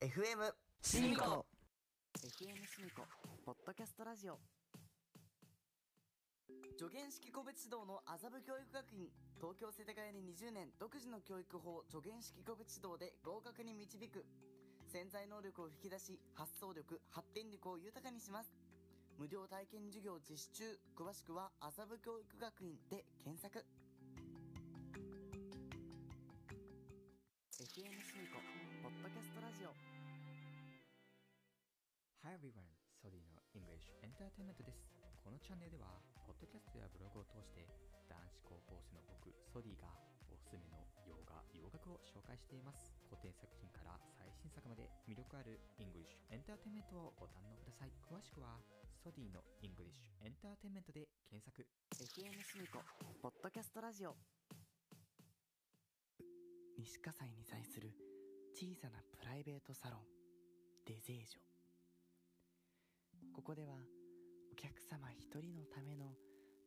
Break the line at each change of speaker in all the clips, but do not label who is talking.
FM
シミコ FM シミコポッドキャストラジオ助言式個別指導の麻布教育学院東京世田谷に20年独自の教育法助言式個別指導で合格に導く潜在能力を引き出し発想力発展力を豊かにします無料体験授業実施中詳しくは麻布教育学院で検索 FM シミコポッドキャストラジオ
Hi everyone! ソディの English Entertainment です。このチャンネルでは、ポッドキャストやブログを通して、男子高校生の僕、ソディがおすすめの洋画、洋楽を紹介しています。古典作品から最新作まで魅力ある English Entertainment をご堪能ください。詳しくは、ソディの English Entertainment で検索。
FM シミコポッドキャストラジオ西葛西に在する小さなプライベートサロンデゼージョここではお客様一人のための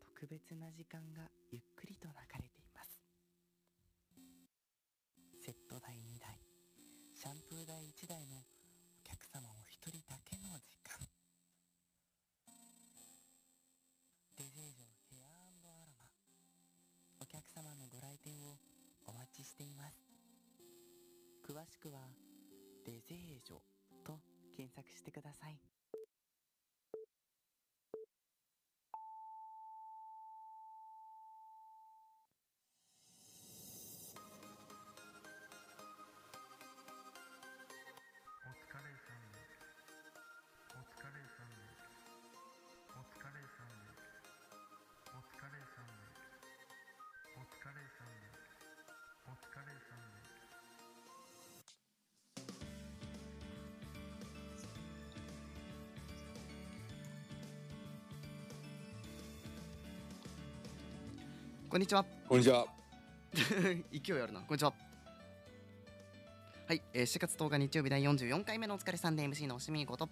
特別な時間がゆっくりと流れていますセット台2台シャンプー台1台のお客様お一人だけの時間デゼージョヘアアロマお客様のご来店をお待ちしています詳しくは「デゼージョ」と検索してください
お疲れ様お疲れ様お疲れ様お疲れ様お疲れ様お疲れ様
こんにちは
こんにちは。
勢いあるなこんにちははい、えー、4月10日日曜日第44回目のお疲れさんで MC のおしみことよ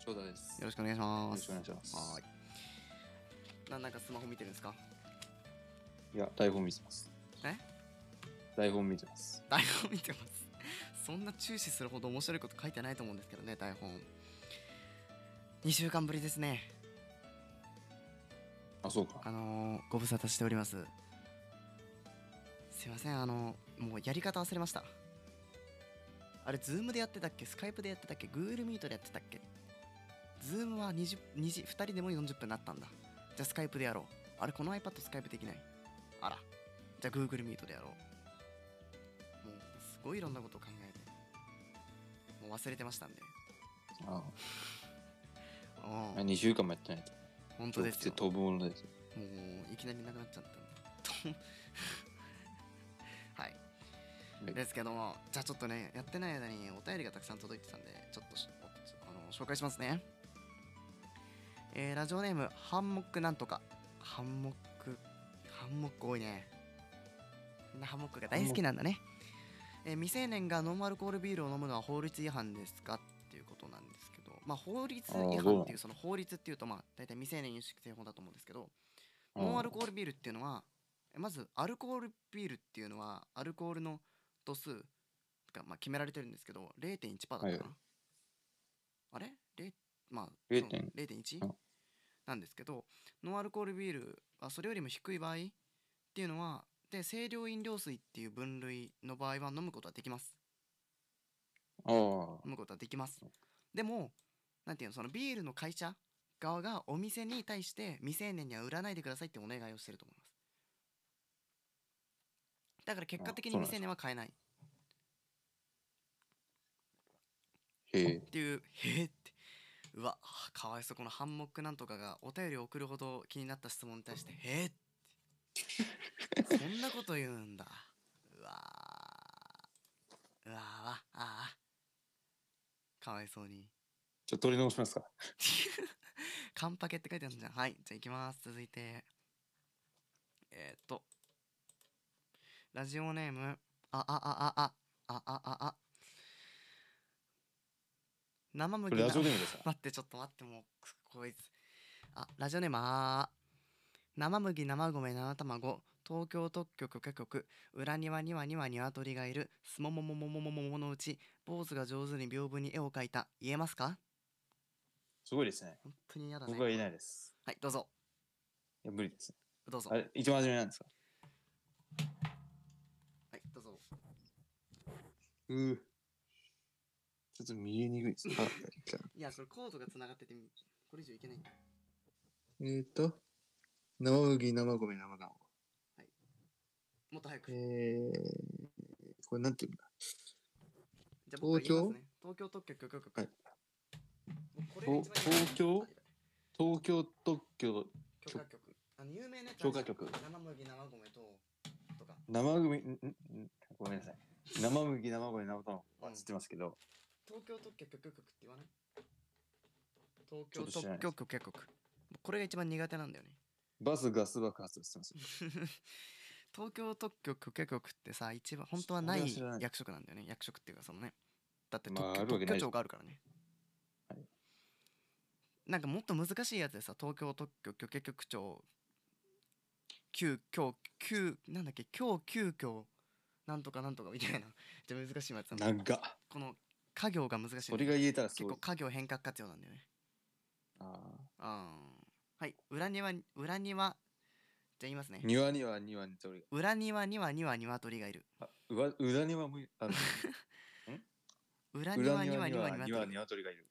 翔太です。
ろしくお願いします
よろしくお願いします
はーいななんかスマホ見てるんですか
いや、台本見てます。
え
台本見てます。
台本見てますそんな注視するほど面白いこと書いてないと思うんですけどね台本2週間ぶりですね
あ、そうか。
あのー、ご無沙汰しておりますすいませんあのもうやり方忘れましたあれズームでやってたっけスカイプでやってたっけ Google ミートでやってたっけズームは 20, 20 2人でも40分なったんだじゃあスカイプでやろうあれこの iPad スカイプできないあらじゃあ Google ミートでやろうもうすごいいろんなことを考えてもう忘れてましたんで
あ
あ
あ、2週間もやってないと。
本当ですよ
飛ぶものですよ。
もういきなりなくなっちゃったんで。と はい、
はい
ですけども、じゃあちょっとね、やってない間にお便りがたくさん届いてたんで、ちょっとしおあの紹介しますね。えーラジオネーム、ハンモックなんとか。ハンモック、ハンモック多いね。みんなハンモックが大好きなんだね。えー未成年がノンアルコールビールを飲むのは法律違反ですかっていうことなんですけど、まあ、法律違
あーどう
反
な
っ
ん
ていうその法律っていうとまあ大体未成年飲酒規制法だと思うんですけど
うん
ノンアルコールビールっていうのはえまずアルコールビールっていうのはアルコールの度数がまあ決められてるんですけど0.1%だったかな、
はいはい
あれ0まあ
0.1
0.1
うん
なんですけどノンアルコールビールはそれよりも低い場合っていうのはで清涼飲料水っていう分類の場合は飲むことはできます
あ
飲むことはできますでもなんていうのそのビールの会社側がお店に対して未成年には売らないでくださいってお願いをしてると思いますだから結果的に
あそうなん
未
です
成年は買えない
あ、へえ
っ。ていうへえってうわかわいそうこのハンモックなんとかがお便りを送るほど気になった質問に対してへえってそんなこと言うんだうわーうわーわあーかわいそうに
ちょっと取り直しますか。
カンパケって書いてあるじゃん。はい、じゃあ行きます。続いて。えー、っと。ラジオネーム。あ、あ、あ、あ、あ、あ、あ、あ、あ。生
こ
麦
れ
な
ラジオネームでさ。
待って、ちょっと待って、もう、こいつ。あ、ラジオネーム、あー生麦、生米、生卵、東京特許許可局裏庭にはには鶏がいるすもももももももものうち坊主が上手に屏風に絵を描いた言えますか
すごいですね。
本当に嫌だね
僕は言えないです。
はいどうぞ
いや、無理ですね。
どうぞ
あれ、一番初めなんですか
はいどうぞ
うーちょっと見えにくいです。あ
いやこれコードがつながっててこれ以上いけないんだ
えっと、生麦、生米、生卵。
もっと早く、
えー、これなんていうんだ
じゃあ僕が言います
東京
ね東京特許許可局、
はい
もうこれが一番
と東京東京特許、
許可局あの有名なやつ
許可局
生麦生米ととか
生麦、んんんごめんなさい。生麦、生米、生卵
う
は
ん
知ってますけど、
東京特許許可局って言わない東
ちょっと知
京
らな
特
い
許許可局これが一番苦手なんだよね
バスガス爆発は知ってます。
東京特許許可局ってさ一番本当はない
それは知らない
役職なんだよね役職っていうかそのねだって
ま
特
あ
許,、
あるわけない
庁があるからね、
はい
なんかもっと難しいやつでさ東京特許許可局長急遽急なんだっけ今日急遽なんとかなんとかみたいな じゃあ難しいやつなんだ
長っ。
この家業が難しいん
そ
だ
れ
よ
が
ね、
言えたらす
結
ごい
構。家業変革活用なんだよね
あ
あーはい裏庭に裏庭じゃあ言いますね
ー庭には庭に鳥が。
裏庭には2羽鶏がいる
あ、うわ裏にはむい、 あの、
裏
裏
庭
に
に
は
は2羽
庭には
鶏がいる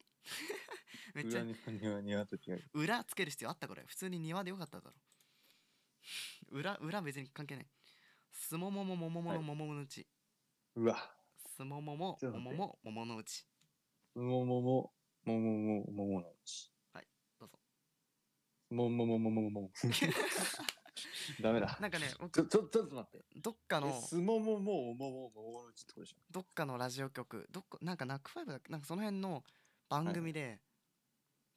め
鶏がいる。
っち
裏
ゃ
には庭には鳥がいる。
裏つける必要あったこれ普通に庭でよかっただろ裏裏別に関係ないすももももももの
はい
もものうち
うわ。
すももも
ちょっと
も
待
も
って
ももものうち
ももも、ももも、もものうち。
はいどうぞ。
ももももももも。ダ メだ。
なん かね
ち
僕
ょ、ちょ、ちょっと待って。
どっかの
えすももも、ももも、もものうちってことでしょ。
どっかのラジオ局どっかなんかナックファイブだっけなんかその辺の番組で、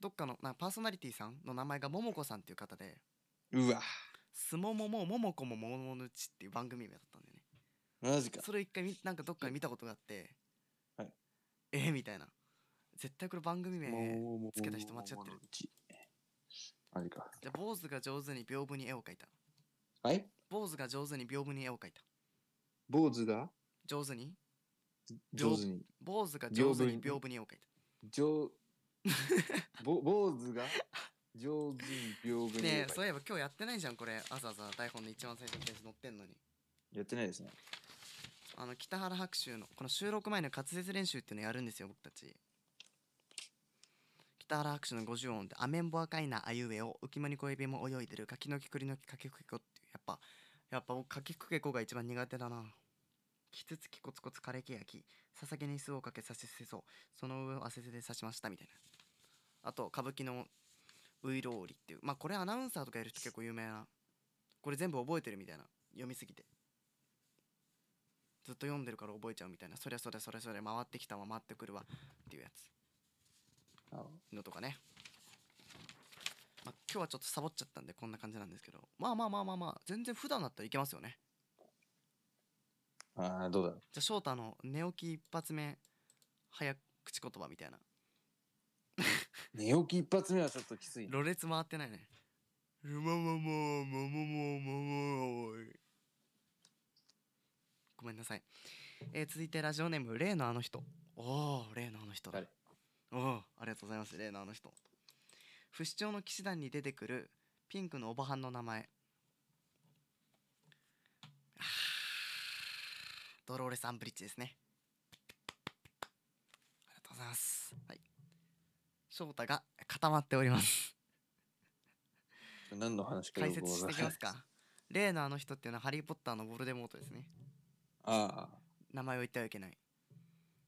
どっかのなんかパーソナリティさんの名前がももこさんっていう方で
うわ。
すもももももこももものうちっていう番組名だったんだよね
マジか。
それ一回みなんかどっかで見たことがあって、
はい
えーみたいな絶対これ番組名
もも
つけた人間違ってる
もものうちマジか。
じゃあ坊主が上手に屏風に絵を描いた
はい
坊主が上手に屏風に絵を描いた
坊主が
上手に
上手に。
坊主が上手に
屏風に
屏風に絵を描い
上 ぼ坊主が上手に屏
た
風に
ね
描い
え
た
そういえば今日やってないじゃんこれ朝さ台本の一番最初のページ載ってんのに
やってないですね。
あの北原白秋のこの収録前の滑舌練習っていうのやるんですよ僕たち北原白秋の50音で「アメンボ赤いなあいうえを浮間に小指も泳いでる柿の木栗の木かきくけこ」っていうやっぱやっぱ僕かきくけこが一番苦手だなきつつきコツコツ枯れけやきささげに巣をかけさせせそうその上をあせせで刺しましたみたいなあと歌舞伎の「ういろうり」っていうまあこれアナウンサーとかやる人結構有名なこれ全部覚えてるみたいな読みすぎてずっと読んでるから覚えちゃうみたいなそれそれそれそれ回ってきたわ回ってくるわっていうやつ
あの
のとかねまあ今日はちょっとサボっちゃったんでこんな感じなんですけどまあまあまあまあまあ全然普段だったらいけますよね
あーどうだろ
じゃあ翔太の寝起き一発目早口言葉みたいな
う寝起き一発目はちょっときついな。
ろれつ回ってないねうままままままままごめんなさい、えー続いてラジオネーム例のあの人おお例のあの人だ
誰
おおありがとうございます例のあの人不死鳥の騎士団に出てくるピンクのおばはんの名前あードローレス・アンブリッジですねありがとうございますはい翔太が固まっております
何の話か
解
よく
説
わ
し
か
てい
らな
きま
い
すか。例のあの人っていうのはハリー・ポッターのボルデモートですね。
ああ。
名前を言ってはいけない。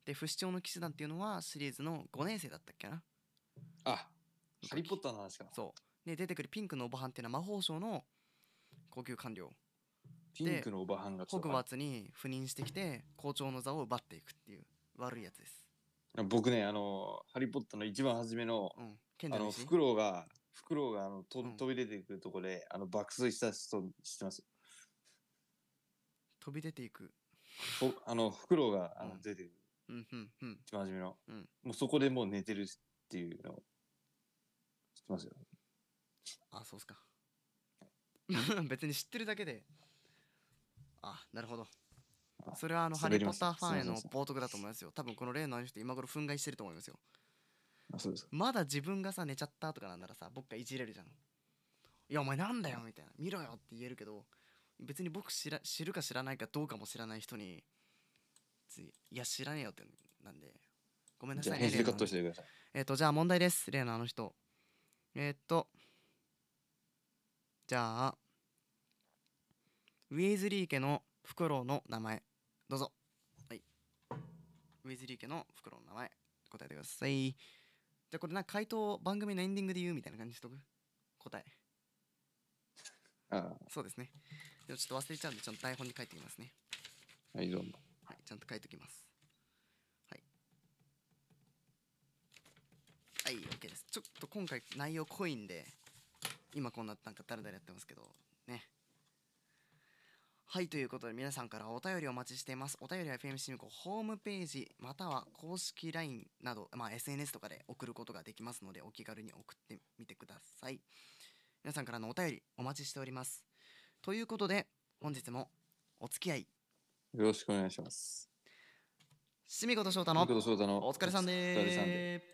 で、不死鳥の騎士団っていうのはシリーズの5年生だったっけな。
あハリー・ポッターの話か。
そう。で、出てくるピンクのおばはんっていうのは魔法省の高級官僚。
ピンクのおばはんがち
ホ
ょっと
グワーツに赴任してきて校長の座を奪っていくっていう悪いやつです。
あ僕ね、あの、ハリー・ポッターの一番初めの、
うん。剣
あ
道の
の、
石
フクロウが、フクロウがあのと
うん
飛び出てくるとこで、あの、爆睡した人知ってます
飛び出ていく。
ほあの、フクロウがあ
う
の
ん
出てくる、
うんうんうん。
一番初めの、
うん
もうそこでもう寝てるっていうのを知ってますよ。
あ、そうっすか。別に知ってるだけであなるほどそれはあのハリ
滑り
ー・ポ
ま
ッ
した
ターファンへの
すいません
冒涜だと思いますよ多分この例のあの人今頃憤慨してると思いますよ
あそうですか
まだ自分がさ寝ちゃったとかなんならさ僕がいじれるじゃんいやお前なんだよみたいな見ろよって言えるけど別に僕知ら知るか知らないかどうかも知らない人についいや知らねえよってなんでごめんな
じゃ
さ
あ
いね
編集で
例
カ
の
ットしてください
えっ、と、じゃあ問題です。例のあの人。えっ、と、じゃあ、ウィーズリー家のフクロウの名前。どうぞ。はい。ウィーズリー家のフクロウの名前。答えてください。じゃあこれなんか回答を番組のエンディングで言うみたいな感じにしとく答え。
あ
そうですね。でもちょっと忘れちゃうんで、ちょっと台本に書いてきますね。
あはいどうも
はい、ちゃんと書いておきます。はい。はい、OK です。ちょっと今回内容濃いんで、今こんな、なんかだらだらやってますけど、ね。はい、ということで皆さんからお便りをお待ちしています。お便りは FM シミコホームページ、または公式 LINE など、まあ、SNS とかで送ることができますので、お気軽に送ってみてください。皆さんからのお便りお待ちしております。ということで、本日もお付き合い、
よろしくお願いします
シミコと翔太
あ
の
の翔太の
お疲れさんで
お疲れさんで
ーす。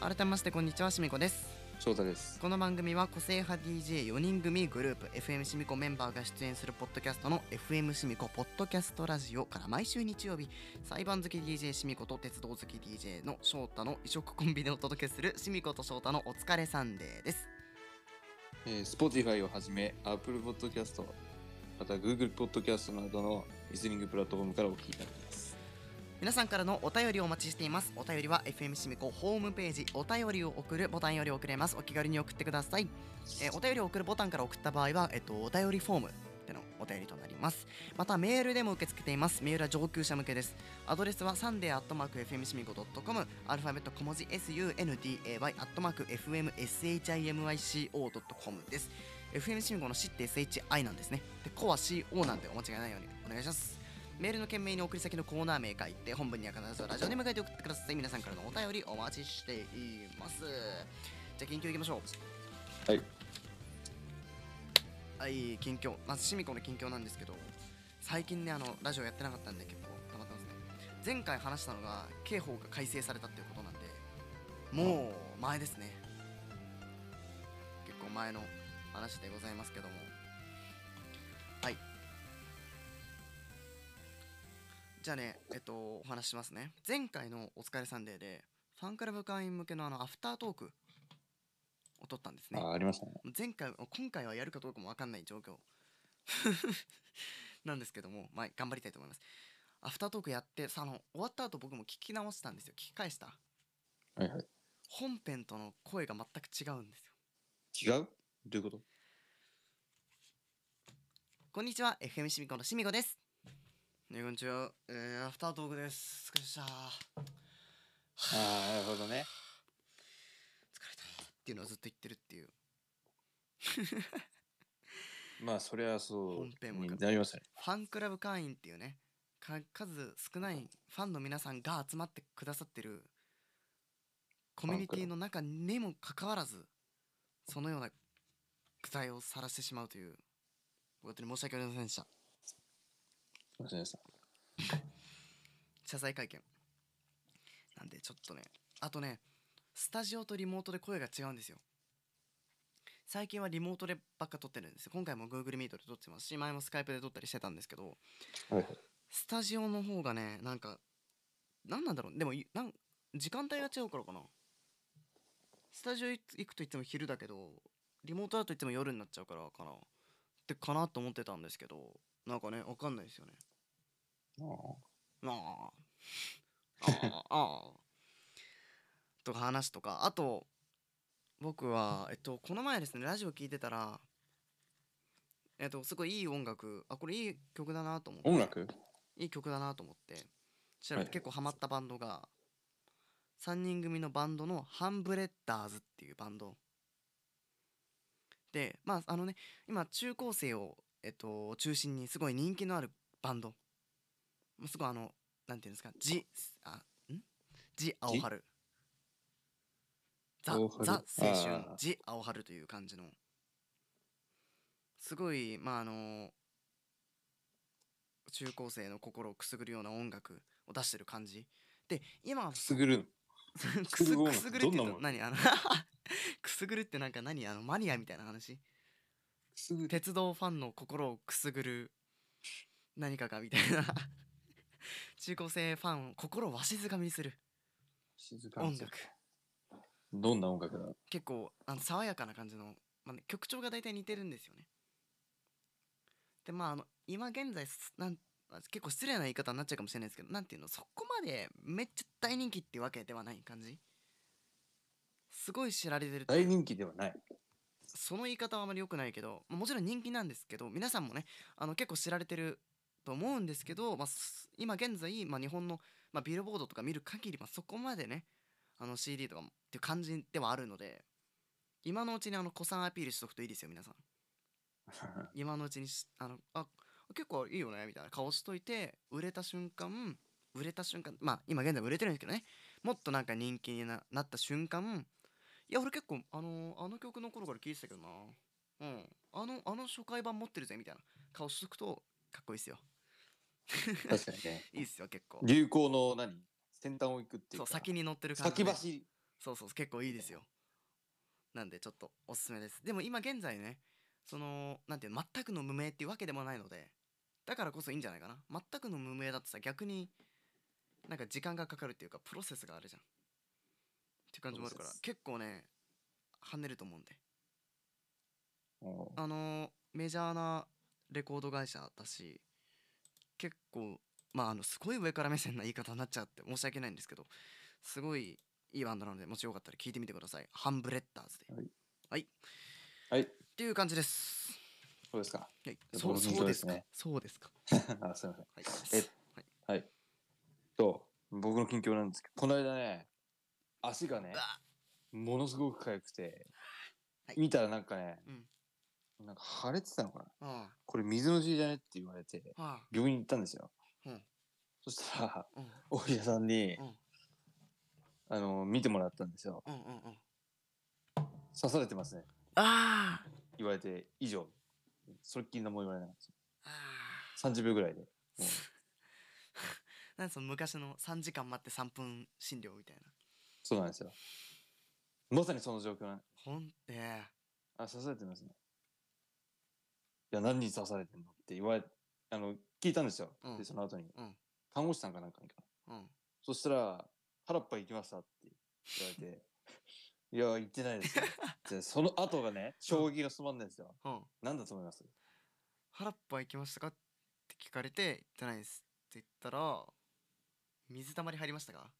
改めましてこんにちはしみこです
翔太です
この番組は個性派 DJ4 人組グループ FM シミコメンバーが出演するポッドキャストの FM シミコポッドキャストラジオから毎週日曜日裁判好き DJ シミコと鉄道好き DJ の翔太の異色コンビでお届けするシミコと翔太のお疲れサンデーです
えー Spotify をはじめ Apple Podcast また Google Podcast などのリスニングプラットフォームからお聞きいただきます
皆さんからのお便りをお待ちしていますお便りは FM シミコホームページお便りを送るボタンより送れますお気軽に送ってください、えーお便りを送るボタンから送った場合は、えっと、お便りフォームでのお便りとなりますまたメールでも受け付けていますメールは上級者向けですアドレスはサンデーアットマーク FM シミコ .com アルファベット小文字 SUNDAY アットマーク FMSHIMICO.com です FM シミコのシって SHI なんですねでコは CO なんでお間違いないようにお願いしますメールの件名に送り先のコーナー名書いて本文には必ずラジオネーム書いて送ってください皆さんからのお便りお待ちしていますじゃあ近況いきましょう
はい
はい近況まずシミコの近況なんですけど最近ねあのラジオやってなかったんで結構たまってますね前回話したのが刑法が改正されたっていうことなんでもう前ですね結構前の話でございますけどもはいじゃあねえっとお話ししますね前回の「お疲れサンデー」でファンクラブ会員向けのあのアフタートークを撮ったんですね
あありましたね
前回今回はやるかどうかも分かんない状況 なんですけども、まあ、頑張りたいと思いますアフタートークやってさあの終わった後僕も聞き直したんですよ聞き返した
はいはい
本編との声が全く違うんですよ
違うどういうこと
こんにちは FM シミコのシミコですねこんにちは、えー、アフタートークですお疲れっした
ああなるほどね
疲れたっていうのをずっと言ってるっていう
まあそれはそう
本編もか
になりますね
ファンクラブ会員っていうねか数少ないファンの皆さんが集まってくださってるコミュニティの中にもかかわらずそのような具材を晒してしまうという本当に申し訳ありませんでした
すいませんでした
謝罪会見なんでちょっとねあとねスタジオとリモートで声が違うんですよ最近はリモートでばっか撮ってるんですよ今回も Google Meet で撮ってますし前も Skype で撮ったりしてたんですけど、
はいはい
スタジオの方がねなんかなんなんだろうでもいなん時間帯が違うからかなスタジオい行くといつも昼だけどリモートだといつも夜になっちゃうからかなってかなと思ってたんですけどなんかねわかんないですよね
あ
なあああああとか話とかあと僕はえっとこの前ですねラジオ聞いてたらえっとすごいいい音楽あこれいい曲だなと思っ
ー
て
音楽
いい曲だなと思って調べ
は
て
い
結構ハマったバンドが3人組のバンドのハンブレッダーズっていうバンドでまああのね今中高生を、えっと、中心にすごい人気のあるバンドもうすごいあのなんていうんですかじあんじ青春ザ
青春
ザ青春
あー
じ青春という感じのすごいまああの中高生の心をくすぐるような音楽を出してる感じで今 は
くすぐるの
くす
どんなもん
くすぐるって言う
ど
と
んな
何あの くすぐるってなんか何あのマニアみたいな話
くすぐる
鉄道ファンの心をくすぐる何かがみたいな中高生ファンを心をわしづかみにする
静かに
音
する
楽
どんな音楽だ
結構あの爽やかな感じの、まあね、曲調が大体似てるんですよねでまああの今現在すなんあ結構失礼な言い方になっちゃうかもしれないですけどなんていうのそこまでめっちゃ大人気っていうわけではない感じすごい知られてるっていう
大人気ではない
その言い方はあまり良くないけどまあもちろん人気なんですけど皆さんもねあの結構知られてると思うんですけど、まあ、す今現在、まあ、日本の、まあ、ビルボードとか見る限り、まあ、そこまでねあの CD とかもっていう感じではあるので今のうちにあの古参アピールしとくといいですよ皆さん今のうちにしあのあ結構いいよねみたいな顔しといて売れた瞬間売れた瞬間まあ今現在も売れてるんですけどねもっとなんか人気にななった瞬間いや俺結構あのーあの曲の頃から聴いてたけどなうんあのあの初回版持ってるぜみたいな顔しとくとかっこいいっすよ
確かにね
いいっすよ結構
流行の何先端を行くっていう
そう
か
先に乗ってる感じ
先
ね
走り
そうそう結構いいですよなんでちょっとおすすめですでも今現在ねそのなんていうの全くの無名っていうわけでもないのでだからこそいいんじゃないかな全くの無名だとさ逆になんか時間がかかるっていうかプロセスがあるじゃんっていう感じもあるか
プ
ら
ロセス
結構ね跳ねると思うんで
うん
あのーメジャーなレコード会社だし結構まああのすごい上から目線な言い方になっちゃって申し訳ないんですけどすごいいいバンドなのでもしよかったら聞いてみてくださいハンブレッダーズで
はい、
はいっ
はい
ていう感じです、
そうですか
はい、
じゃあ
そう
僕
そ
の
うです
順調です
か
ね
そうですか
あすいません
はい
え
はい、
と僕の近況なんですけどこの間ね足がね
うわ
ものすごく痒くて、
はい
見たらなんかね、
うん
なんか腫れてたのかな
あ
これ水虫じゃねって言われて
あああ
病院行ったんですよ、
うん
そしたら
うん
お医者さんに、
うん
あの見てもらったんですよ
うんうんうん
刺されてますね
あー
言われて以上それっきり何も言われなかっ
あー
た30秒ぐらいでもう
なんかその昔の3時間待って3分診療みたいな
そうなんですよまさにその状況なん
ほんって
あ刺されてますねいや何に刺されてんのって言われあの聞いたんですよ、
うん
でその後に、
うん
看護師さんかなんかにかな
うん
そしたら「原っぱ行きました」って言われて 「いや行ってない ですよ」でその後がね衝撃がすまんないんですよ、
うん
なんだと思います
原っぱ行きましたかって聞かれて行ってないですって言ったら水たまり入りましたか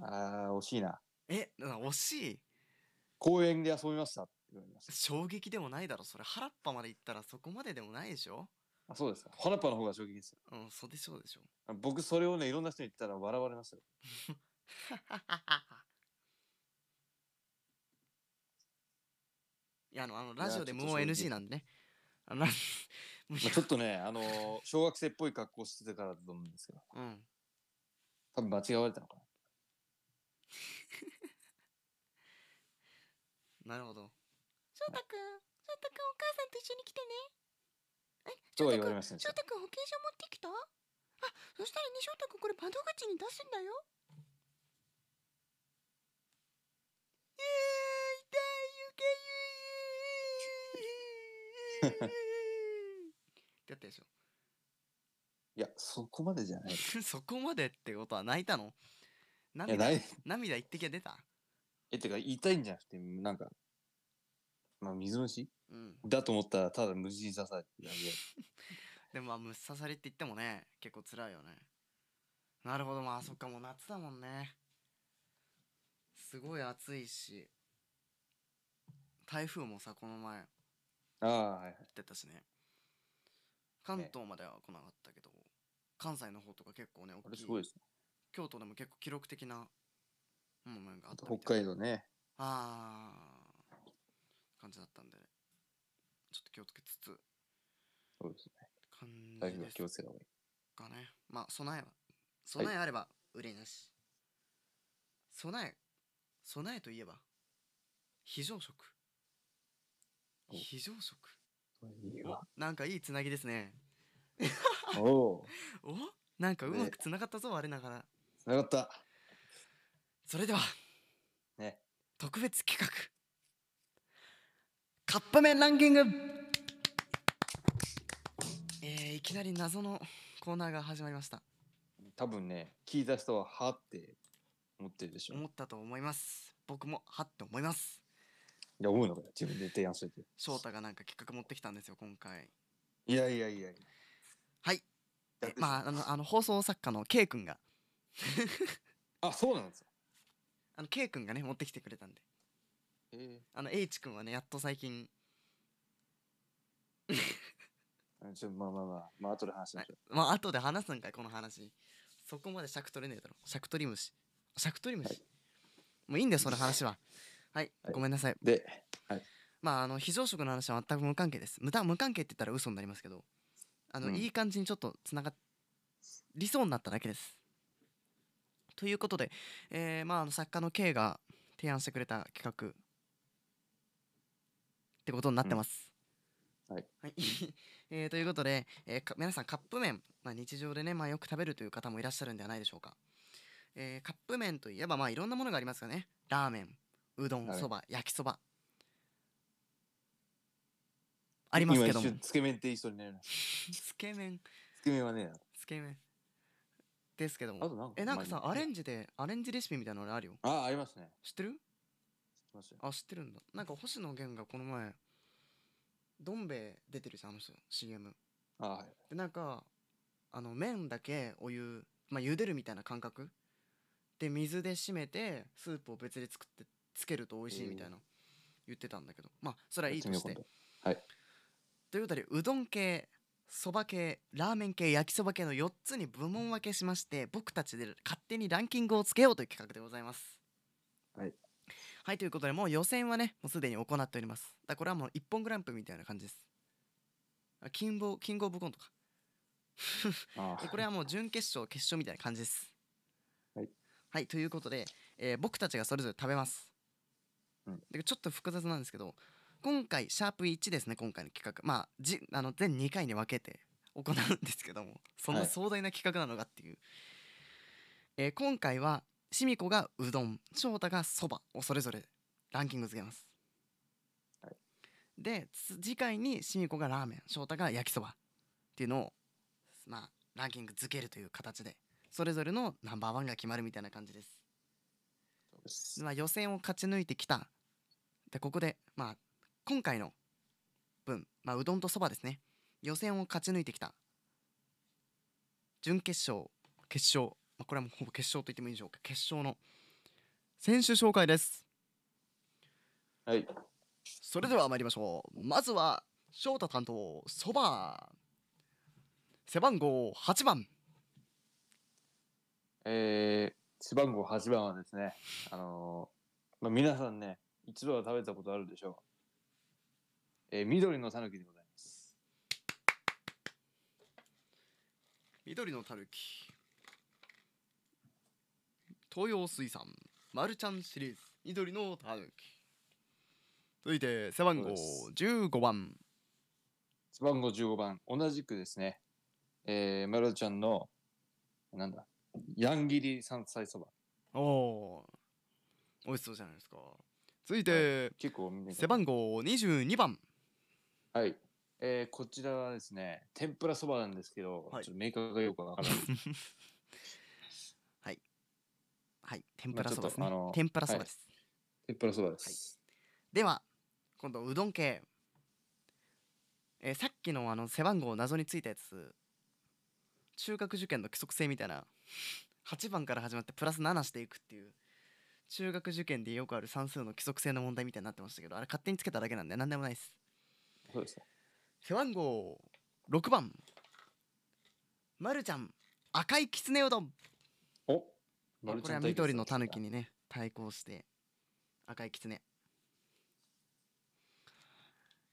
あー惜しいな
えな惜しい
公園で遊びましたって言われました
衝撃でもないだろそれ原っぱまで行ったらそこまででもないでしょ
あそうですか原っぱの方が衝撃ですよ
うんそうでしょうで しょ
あ僕それをねいろんな人に言ったら笑われましたよ
いやあのあの
いや
ラジオで
ちょ
無
っと
音
衝撃
NG なんでねあのラもうい
ま
や
あちょっとねあのー小学生っぽい格好してたからだと思うんですけど
うん
多分間違われたのかな
なるほど翔太くん翔太くんお母さんと一緒に来てね
とは言われましたね
翔太くん保険証持ってきたあそしたらね翔太くんこれ窓口に出すんだよ
ってやったでしょ
いやそこまでじゃない
そこまでってことは泣いたの
いや
涙
ない
涙一滴は出た
えてか痛いんじゃなくてなんかまあ水虫
うん
だと思ったらただ無事に刺されてるだけ
でもまあ虫刺されって言ってもね結構辛いよねなるほどまあそっかもう夏だもんねすごい暑いし台風もさこの前
ああはいはい
来てたしね関東までは来なかったけど、関西の方とか結構ね
あ
大
れ
き
すごい
い
ですね
京都でも結構記録的なものがあ
あ
っ
と
たみ
北
たい
海道ね
ああ感じだったんでちょっと気をつけつつ
そうですね
感じ
台風は
です
気をつけた方がいい
かねまあ備えは備えあれば憂いなし、備え備えといえば非常食
お
非常食なんかいいつなぎですね
おお
おなんかうま
ね
くつながったぞ、我ながら
ー、つながった。
それでは
ね。
特別企画カップ麺ランキングえー、いきなり謎のコーナーが始まりました
多分ね、聞いた人は、はって思ってるでしょ。い
思ったと思います僕もはって思います
や、思うのかよ自分で提案しといて。
翔太がなんか企画持ってきたんですよ今回
いやいやいや。
はい
だっ
え
て
まああのあの放送作家の K 君が
あ、そうなんですよ。
あの K 君がね持ってきてくれたんで
え
あの H 君はねやっと最近、
ー、ちょまあまあまあ、まあ後で話しましょう。
まあ後で話すんかいこの話そこまで尺取れねえだろ尺取り虫尺取り虫、
はい
もういいんだよその話ははい、
はい
ごめんなさい
で、
まああの非常食の話は全く無関係です無無関係って言ったら嘘になりますけどあの、
うん
いい感じにちょっとつながりそうになっただけですということで、えーまああの作家の K が提案してくれた企画ってことになってます、
うんはい、
えーということで、えーか皆さんカップ麺、まあ、日常でね、まあ、よく食べるという方もいらっしゃるんではないでしょうか、えーカップ麺といえば、まあ、いろんなものがありますよねラーメンうどん
はい
そば焼きそばありますけども
今一瞬つけ麺って言いそうになりました。
つけ麺
つけ麺はね、
つけ麺ですけど
あと
も
なんか。
えなんかさ
まあ
アレンジでアレンジレシピみたいなのあるよ
あ、ありますね。
知ってる
知ってますよ
あ知ってるんだなんか星野源がこの前どん兵衛出てるじゃんあの人 CM
あ、はい。
でなんかあの麺だけお湯まあ茹でるみたいな感覚で水で締めてスープを別で作ってつけると美味しいみたいな言ってたんだけどまあそれはいいと
や
し
ってみ
て
よう
ということでうどん系そば系ラーメン系焼きそば系の4つに部門分けしまして僕たちで勝手にランキングをつけようという企画でございます
はい、
はい、ということでもう予選はねもうすでに行っておりますだからこれはもう一本グランプリみたいな感じですあキンボキングオブコントか
今度あ
でこれはもう準決勝決勝みたいな感じです
はい、
はいということで、えー僕たちがそれぞれ食べます、
うん
でちょっと複雑なんですけど今回シャープ1ですね今回の企画まあじあの全2回に分けて行うんですけどもそんな
はい
壮大な企画なのかっていう、えー今回はシミコがうどん翔太がそばをそれぞれランキング付けます、
はい
でつ次回にシミコがラーメン翔太が焼きそばっていうのをまあランキング付けるという形でそれぞれのナンバーワンが決まるみたいな感じです、
そうです
まあ、予選を勝ち抜いてきたでここでまあ今回の分、まあ、うどんとそばですね予選を勝ち抜いてきた準決勝決勝、まあ、これはもうほぼ決勝と言ってもいいんでしょうか決勝の選手紹介です
はい。
それでは参りましょうまずは翔太担当そば背番号8番
えー、背番号8番はですね、あのーまあ、皆さんね、一度は食べたことあるでしょう。えー、緑のたぬきでございます。
緑のたぬき東洋水産マルちゃんシリーズ緑のたぬき続いて背番号
そう
15番
背番号15番、同じくですね、えー、まるちゃんの、なんだ、ヤンギリ山菜そば。
おおー美味しそうじゃないですか続いて
結構みんな。
背番号22番
はい。えー、こちらはですね、天ぷらそばなんですけど、
はい
ちょっとメーカーがよくわか らない。
はい天ぷらそばです
まあ
ね
ちょっとあの
天ぷらそばです、
天ぷらそばです。
では今度うどん系えーさっきのあの背番号謎についたやつ中学受験の規則性みたいな8番から始まってプラス7していくっていう中学受験でよくある算数の規則性の問題みたいになってましたけどあれ勝手につけただけなんで何でもないです
そうですね。
背番号6番まるちゃん赤いきつねうどん
お
まあこれは緑のたぬきにね対抗して赤いキツネ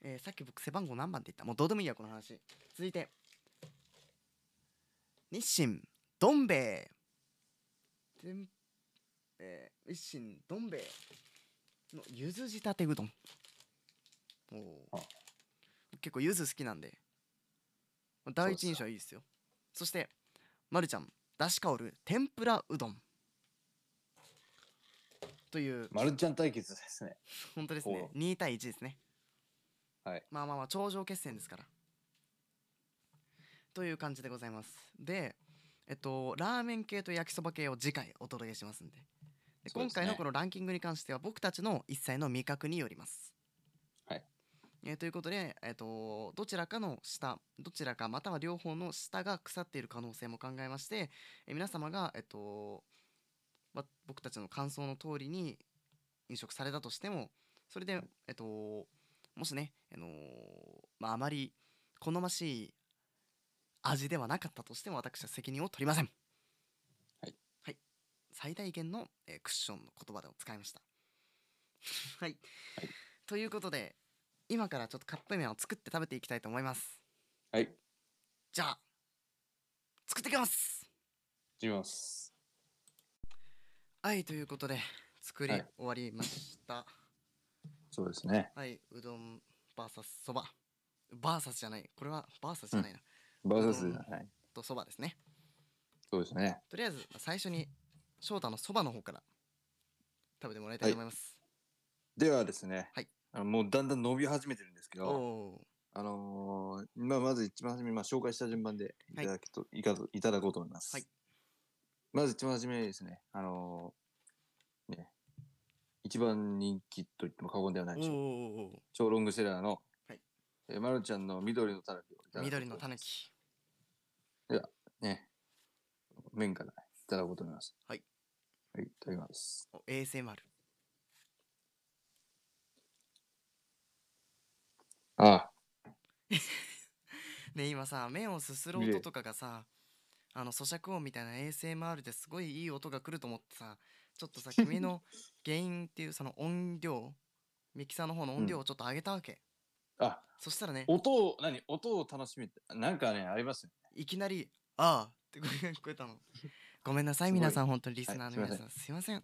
えーさっき僕背番号何番って言ったもうどうでもいいやこの話続いて日清どん兵衛天えー日清どん兵衛のゆず仕立てうどんおー
あ
結構ゆず好きなんで第一
そ
印
うです
象
か
はいいですよそして、ま、るちゃんだし香る天ぷらうどんという
マルちゃん対決ですね。
本当ですね
ほ
2対1ですね
はい
まあまあまあ頂上決戦ですからという感じでございますでえっとラーメン系と焼きそば系を次回お届けしますんでで
そう
今
です
回
ね
のこのランキングに関しては僕たちの一切の味覚によります
はい
えーということで、えっとどちらかの下どちらかまたは両方の下が腐っている可能性も考えまして、えー皆様が、えっとま、僕たちの感想の通りに飲食されたとしてもそれで、えっと、もしね、あのーまあ、あまり好ましい味ではなかったとしても私は責任を取りません。
はい、
はい、最大限の、えークッションの言葉でを使いました。 はい、
はい
ということで今からちょっとカップ麺を作って食べていきたいと思います。
はい。
じゃあ作ってきます
いきます。
はいということで作り
は
終わ
い
りました。
そうですね。
はいうどん VS そば VS じゃないこれは VS じゃないな、
バーサスじゃない。
とそばですね
そうですね。
とりあえず最初に翔太のそばの方から食べてもらいたいと思います、
ではですね、
はい
あのもうだんだん伸び始めてるんですけ
お
ど、
お
あのーまあ、まず一番初め、まあ、紹介した順番でいただきと、い、かといただこうと思います。
はい
まず一番初めにですね、あのーね、一番人気と言っても過言ではな
ー
いでしょう。
お
超ロングセラーの、
はい
えーまるちゃんの緑のたぬきをいた
ー
だこうと思います
緑のたぬき
ね、麺からいただこうと思います。
はい。
はい、いただきます。
お ASMR
あ
で今さ麺をすする音とかがさあの咀嚼音みたいな ASMR ですごいいい音が来ると思ってさちょっとさ君の 原因っていうその音量ミキサーの方の音量をちょっと上げたわけ、
あ、あ、
そしたらね
音を、何音を楽しめて、なんかね、ありますよ
いきなり「ああ」って声が聞こえたの。ごめんなさい
すごい
皆さん本当にリスナーの
はい
皆さん、すいませんい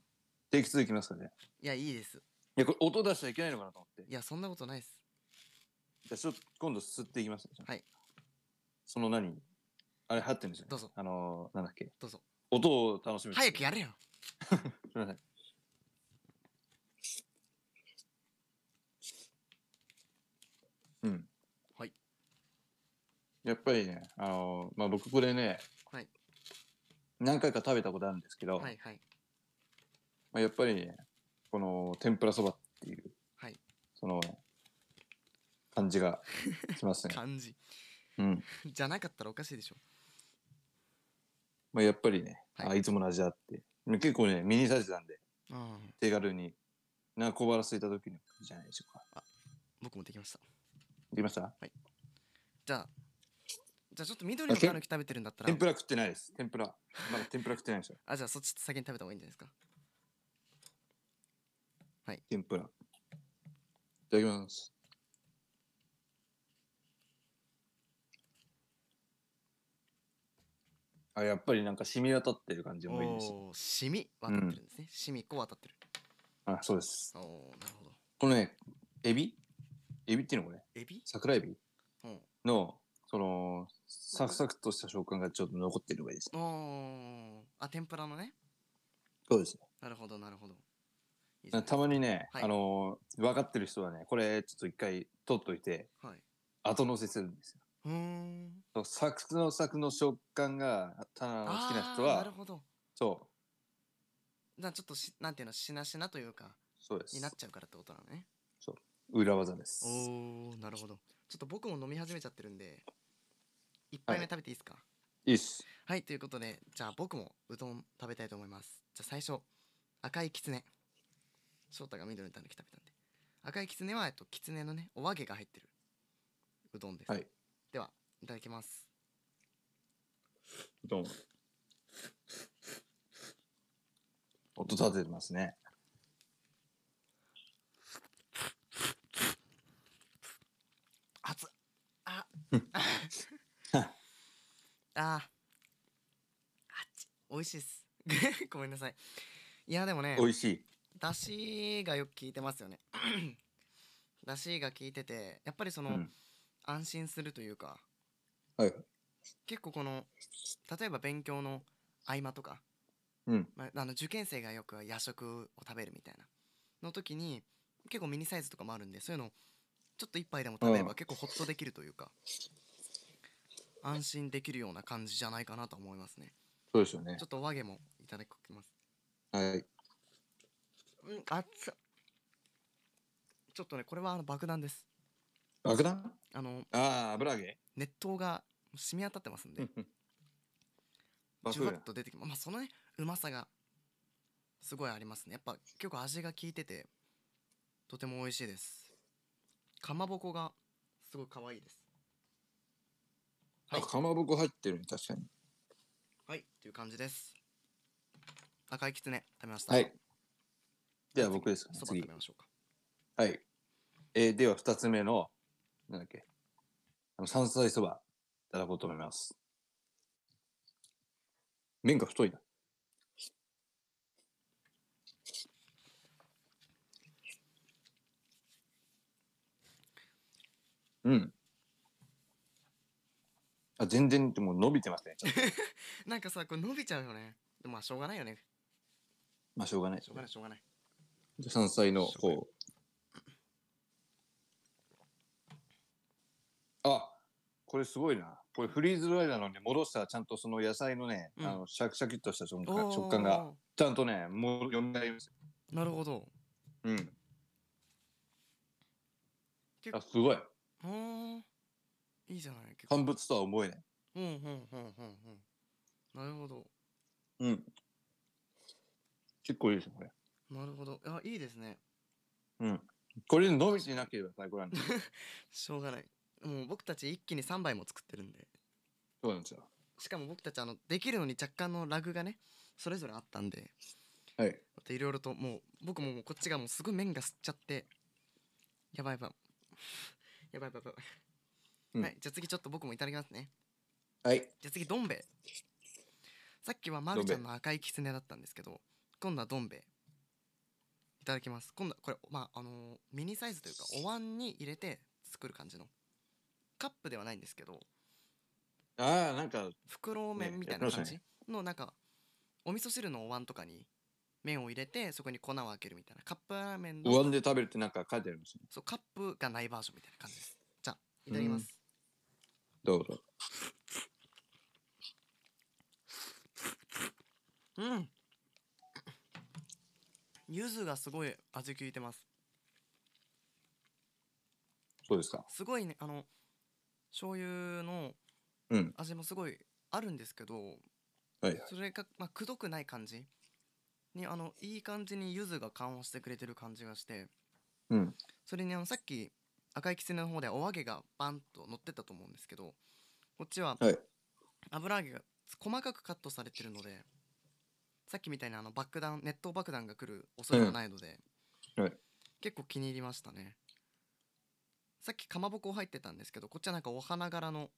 定期続きますからね。
やいいです
いや、これ音出しちゃいけないのかなと思って。
いやそんなことないです
じゃあ、ちょっと今度吸っていきますね。
はい。
その何あれ、入ってるんですよ、ね。
どうぞ。
あのー、なんだっけ。
どうぞ
音を楽しめる。
早くやれよ
すみません。うん。
はい。
やっぱりね、あのまあ、僕これね、
はい
何回か食べたことあるんですけど、
はいはい
まあ、やっぱりね、この天ぷらそばっていう、
はい
その、感じがしま すね。
感じ
うん。
じゃなかったらおかしいでしょ
まあ、やっぱりね、
はい
あいつもの味だって。結構ね、ミニサイズなんで、
うん
手軽に、なんか小腹空いた時にもいいじゃないでしょうか。
僕もできました
できました
じゃあじゃあちょっと緑のタヌキ食べてるんだったら
天ぷら食ってないです。天ぷら。まだ天ぷら食ってないですよ。
あじゃあそっち先に食べた方がいいんじゃないですか
天ぷら。いただきます。あ、やっぱりなんか染み渡ってる感じもいいです。
おおーシミ渡ってるんですね、シミ1個渡ってる
あ、そうです。
おおなるほど
このね、エビエビっていうのこれ
エビ
桜エビ
うん
の、その、サクサクとした食感がちょっと残ってるのがいいですね。
おおあ天ぷらのね
そうですね。
なるほどなるほどいいじゃ
あ
ない
たまにね、
はい
あのー分かってる人はね、これちょっと一回取っといて、
はい
後乗せするんですよ
うーん
そうサクのサクの食感がた好きな人
あーなる
は
ほど
そう
なちょっとしなんていうのしなしなというか
そうで
になっ
す
ちゃうからってことなのね
裏技です
おーなるほどちょっと僕も飲み始めちゃってるんで一杯目食べていいですかはい、
いいっす
ということでじゃあ僕もうどん食べたいと思いますじゃあ最初赤いきつね翔太が緑のたぬき食べたんで赤いきつねは、えっと、きつねのねお揚げが入ってるうどんです、
はい
ではいただきます
どうも音立ててますね
熱っあ
うん
あー美味しいっす ごめんなさいいやでもね
美味しい。
だしがよく効いてますよね だしが効いててやっぱりその、
うん
安心するというか、
はい
結構この例えば勉強の合間とか、
うん
まあ、あの受験生がよく夜食を食べるみたいなの時に結構ミニサイズとかもあるんでそういうのちょっと一杯でも食べれ
う
ば
ん
結構ホッとできるというか、安心できるような感じじゃないかなと思いますね
そうですよね
ちょ。っとお揚げもいただきます
はい。
うん、熱っちょっとね、これはあの爆弾です。
爆弾
あの、
ああ、油揚げ
熱湯が染み当たってますんで、ジ
爆
ュワ
弾
ッ。と出てきままあ、そのね、うまさが、すごいありますね。やっぱ、結構味が効いてて、とても美味しいです。かまぼこが、すごい可愛いです。
あ、かまぼこ入ってるね、確かに。
はい、という感じです。赤いきつね、食べました。
はい。。では僕ですかね
そ、ば
次
食べ。ましょうか。
はい。えーでは2つ目の、なんだっけ、あの山菜そば、いただこうと思います。麺が太いな。うん。あ、全然、でも伸びてますね。ちょっと
なんかさ、これ伸びちゃうよね。でもまあ、しょうがないよね。
まあ、しょうがない
しょうがない、しょうがない。
じゃあ山菜の
しょうがない
こうあこれすごいなこれフリーズドライなのに戻したらちゃんとその野菜のね、
うん
あのシャキシャキっとした食
お
感
ー
食感が。ちゃんとねもう読み上ります
なるほど。
うん
結構
あすごい
うん。いいじゃない。結構
乾物とは思えない
うんうんうんうんうん。なるほど。
うん結構いいですねこれ
なるほど。あ、いいですね。
うんこれ伸びてなければ最高なんです
しょうがない。もう僕たち一気に3杯も作ってるんで。
そうなんですよ
しかも僕たちあのできるのに若干のラグがね、それぞれあったんで、
はい
またいろいろともう僕ももうこっちがもうすごい麺が吸っちゃって、やばいやばい。やばいやばいやばい。
うん
はい、じゃあ次ちょっと僕もいただきますね。
はい
じゃあ次、どん兵衛。さっきはまるちゃんの赤い狐だったんですけど、今度はどん兵衛。いただきます。今度はこれ、まあ、あのーミニサイズというか、お椀に入れて作る感じの。カップではないんですけど、
ああなんか
袋麺みたい
ね
な
やってま
感
した
じの、なんか、お味噌汁のお椀とかに麺を入れて、そこに粉を開けるみたいな。カップラーメン
お
の、
椀で食べるってなんか書いてありますね
そう、カップがないバージョンみたいな感じです。じゃあ、いただきます。
どうぞ
うん。柚子がすごい味効いてます。
そうですか
すごいねあの醤油の
うん
味もすごいあるんですけど、
はいはい
それが、まあ、くどくない感じにあのいい感じに柚子が緩和してくれてる感じがして
うん
それにあのさっき赤いきつねの方でお揚げがバンと乗ってたと思うんですけどこっちは
はい
油揚げが細かくカットされてるのでさっきみたいなあの爆弾熱湯爆弾が来る恐れがないので、
うんはい
結構気に入りましたねさっきかまぼこ入ってたんですけどこっちはなんかお花柄の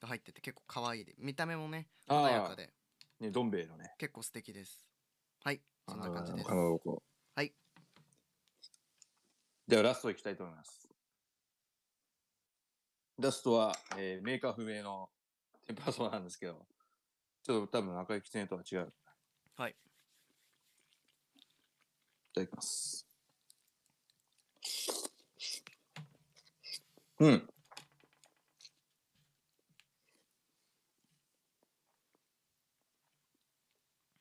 が入ってて結構可愛いで見た目もね
あ
華
あ
やかで
ねどん兵衛のね
結構素敵ですはいそんな感じです
かまぼこ
はい
ではラストいきたいと思いますラストは、えーメーカー不明の天ぷらそばなんですけどちょっと多分赤いきつねとは違う
はい
いただきますうん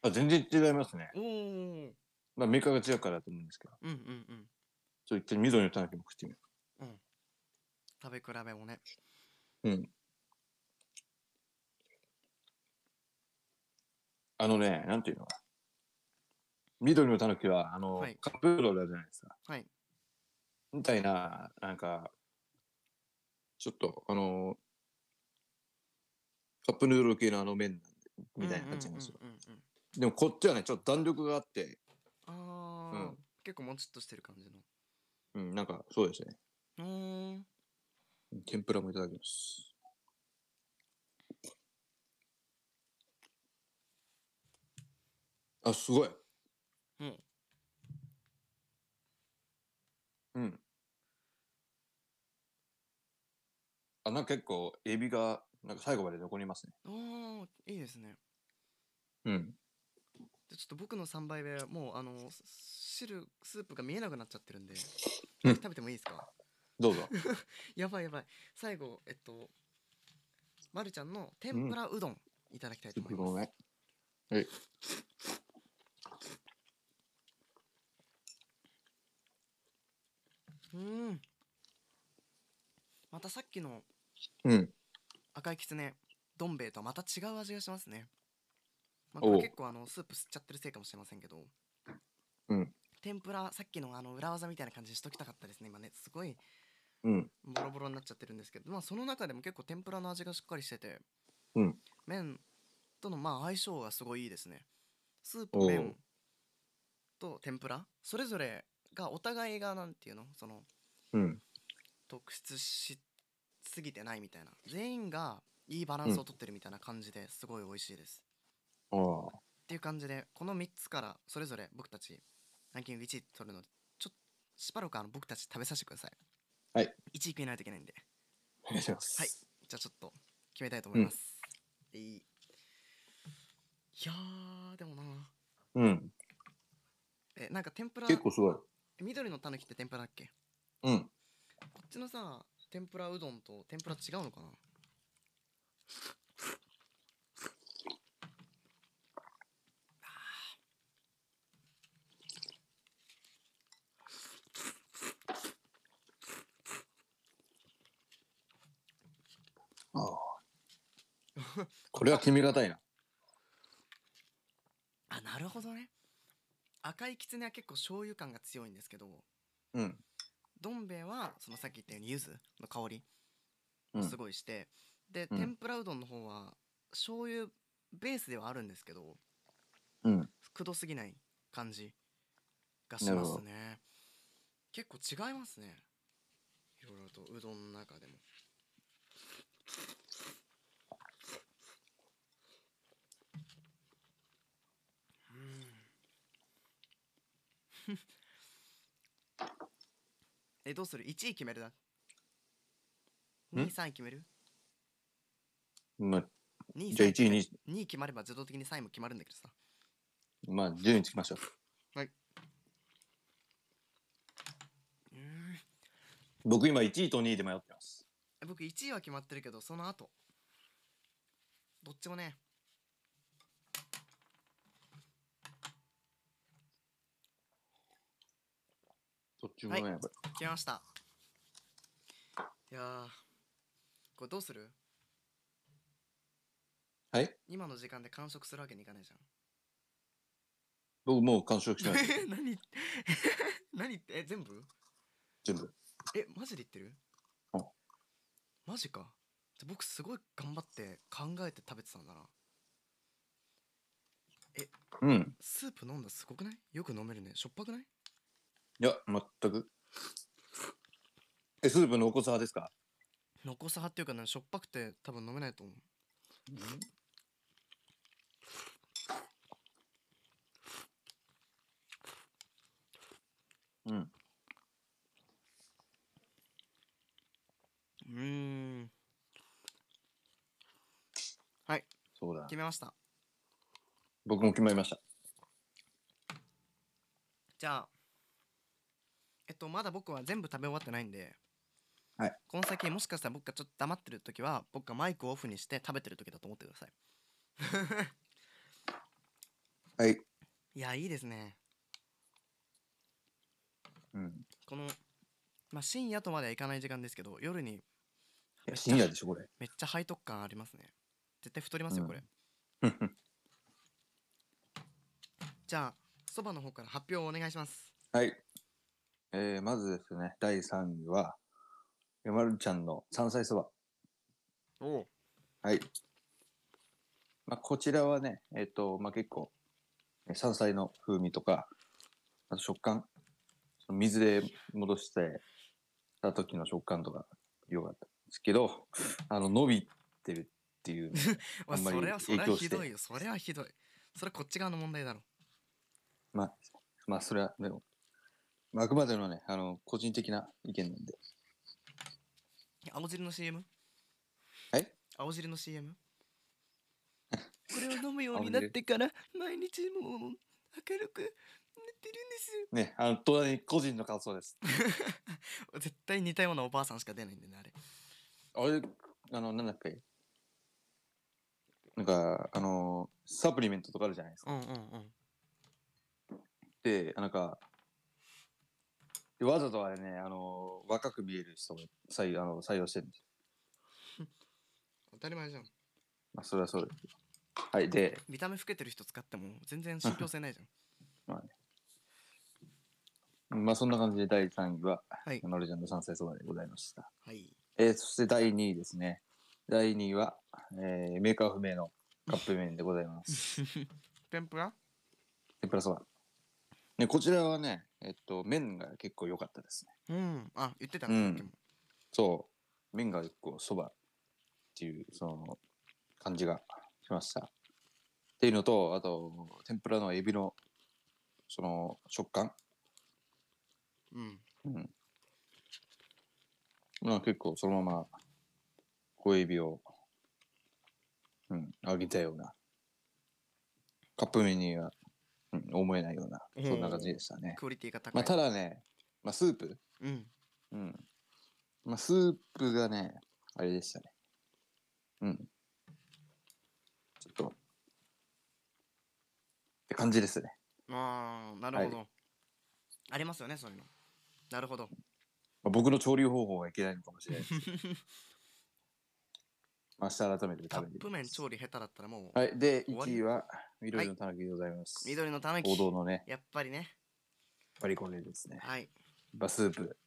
あ全然違いますね、
おおうん
まあ、メーカーが違うからだと思うんですけど
うんうん
ちょっと一回緑のたぬきも食ってみよ
食べ比べもね
う。うん。あのね、なんていうのかな緑のたぬきは、あの、
はい
カップヌードルあるじゃないですか。
はい
みたいな、なんか、ちょっと、あの、カップヌードル系のあの麺みたいな感じなんですよ。
うんうんうんうん
でもこっちはね、ちょっと弾力があって、
あー、
うん
結構もちっとしてる感じの
うん、なんかそうですね。
うーん
天ぷらもいただきます。あ、すごい。
うん。
うん。あ、なんか結構、エビが、なんか最後まで残りますね。
おーいいですね
うん。
でちょっと僕の3杯目はもうあのす汁スープが見えなくなっちゃってるんで
うん
食べてもいいですか
どうぞ。
やばいやばい最後えっとまるちゃんの天ぷらうどんいただきたいと思います、
ごめん。はい。
うーんまたさっきの
うん。
赤いきつねどん兵衛とはまた違う味がしますね、まあ、こ
お
れ
う
結構あのスープ吸っちゃってるせいかもしれませんけど
うん
天ぷらさっきのあの裏技みたいな感じにしときたかったですね今ねすごい
うん。
ボロボロになっちゃってるんですけどまあその中でも結構天ぷらの味がしっかりしてて、
うん
麺とのまあ相性がすごいいいですねスープ
おう
麺と天ぷらそれぞれがお互いがなんていうのその
うん。
特筆しすぎてないみたいな全員がいいバランスをとってるみたいな感じですごい美味しいです、
ああ。
っていう感じでこの3つからそれぞれ僕たちランキング1位取るのでちょっとしばらくあの僕たち食べさせてください
はい
1位決めないといけないんで
お願いします。
はいじゃあちょっと決めたいと思います、いいいやーでもな
うん。
えなんか天ぷら
結構すごい。
緑のたぬきって天ぷらだっけ
うん。
こっちのさ天ぷらうどんと天ぷら違うのかな
ああ。これは決めがたいな。
あなるほどね赤いきつねは結構醤油感が強いんですけど
うん。
どん兵衛はそのさっき言ったように柚子の香り
うん。
すごいして、で
うん
天ぷらうどんの方は醤油ベースではあるんですけど
うん。
くどすぎない感じがしますね結構違いますねいろいろとうどんの中でもうん えどうする1位決めるだ2位3位決める
まあ、
2位
じゃあ1位に、
2位決まれば自動的に3位も決まるんだけどさ
まあ、順位つきましょ
うん
う。僕今1位と2位で迷ってます。
僕1位は決まってるけどその後どっちもね
どっちもね、
はい
やっぱり
決めましたいやーこれどうする
はい
今の時間で完食するわけにいかないじゃ
僕もう完食してないです。
ん 何言って何言ってえ全部
全部。
えマジで言ってる
うん
マジかじゃ僕すごい頑張って考えて食べてたんだな
うん。
スープ飲んだすごくないよく飲めるねしょっぱくない
いや、全く。え、スープのお子さですか
残さ派っていうかねしょっぱくて多分飲めないと思う
うん。
うーん
そうだ
決。めました
僕も決まりました。
じゃあえっとまだ僕は全部食べ終わってないんで
はい
この先もしかしたら僕がちょっと黙ってる時は僕がマイクをオフにして食べてる時だと思ってください
はい。
いやいいですね
うん。
このまあ深夜とまではいかない時間ですけど夜に
いや深夜でしょ、これ。
めっちゃ背徳感ありますね絶対太りますよ
うん
これ、じゃあそばの方から発表をお願いします
はい。えー、まずですね、第3位は、やまるちゃんの山菜そば。
おお
はい。まあ、こちらはね、えっ、と、まあ、結構、え山菜の風味とか、あと食感、その水で戻してた時の食感とか良かったんですけど、あの、伸びてるっていうね、あんまり
それはそれ
影
は
響して
ひどいよそれはひどいそれはこっち側の問題だろ
まあ、まあ、それは、でも、まあ、あくまでもね、あの、個人的な意見なんで。
青汁の CM?
え
青汁の CM? これを飲むようになってから毎日もう明るくなってるんです
ね、あの、当然個人の感想です。
絶対似たようなおばあさんしか出ないんでねあれ
あれ、あの、なんだっけなんか、あの、サプリメントとかあるじゃないですか。
うんうんうん
で、なんか、でわざとあれね、あの、若く見える人を採用あの採用してるんですよ。
当たり前じゃん
まあ、それはそうです。はい、で、
見た目老けてる人使っても全然信憑性ないじゃん
まあ、そんな感じで第3位は、
はい
ノルジャンの山菜そばでございました。
はい
えーそして第2位ですね。第2位は、えーメーカー不明のカップ麺でございます。
天ぷら
天ぷらそば。ね、こちらはね、えっと、麺が結構良かったですね。
うんあ言ってた
う
ねさ
ん
っきも
そう、麺が結構そばっていう、その、感じがしました。っていうのと、あと、天ぷらのエビの、その、食感。
うん
うん。まあ結構そのまま、小エビを、うん、揚げたような、カップ麺には、うん、思えないような、そんな感じでしたね。
クオリティが高い
まあただね、まあスープ、
うん
うん。まあスープがね、あれでしたね。うん。ちょっと、って感じですね。
ああなるほど、ありますよねそういうのなるほど
まあ、僕の調理方法はいけないのかもしれ ないですけど。まあ明日改め
カ
て食べてみます
ップ麺調理下手だったらもう、
はい。で、
終わり
1位は、緑のたぬきでございます。
緑のたぬき
王道のね、
やっぱりね
バリコネですね。
はい、
バスープ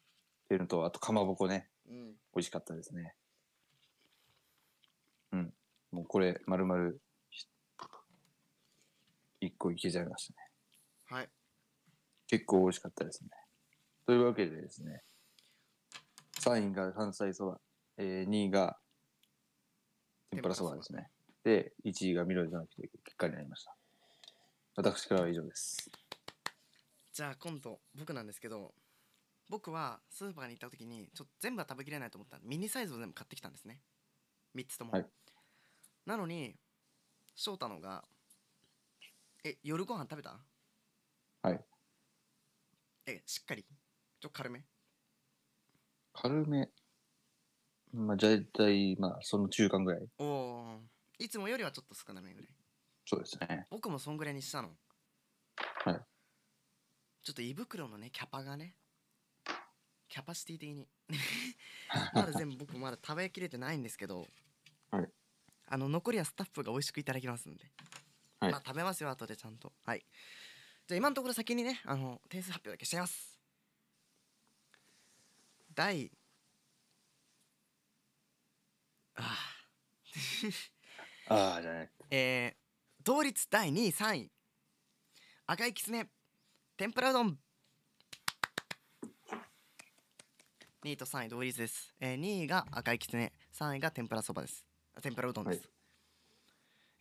っていうのと、あとかまぼこね、
うん、
美味しかったですね。うん。もうこれ、まるまる、1個いけちゃいましたね。
はい
結構美味しかったですね。というわけでですね、3位が山菜そば、えー、2位が天ぷらそばですね。で、1位が緑じゃなくて結果になりました。私からは以上です。
じゃあ今度僕なんですけど僕はスーパーに行った時にちょっと全部は食べきれないと思ったんでミニサイズを全部買ってきたんですね3つとも、
はい
なのに翔太のが「え夜ご飯食べた?」
はい
えしっかりちょっと軽め
軽め。まあ、だいたい、まあ、その中間ぐらい。
おおいつもよりはちょっと少なめぐらい
そうですね。
僕もそんぐらいにしたの
はい
ちょっと胃袋のねキャパがねキャパシティ的 にまだ全部僕まだ食べきれてないんですけど
はい
あの残りはスタッフが美味しくいただきますんで、
はい
まあ食べますよ後でちゃんとはいじゃあ今のところ先にねあの点数発表だけしちゃいます第ああ
ああ、じゃない。
えー、同率第2位3位赤いきつね天ぷらうどん2位と3位同率です、えー、2位が赤いきつね3位が天ぷらそばですあ天ぷらうどんです、
は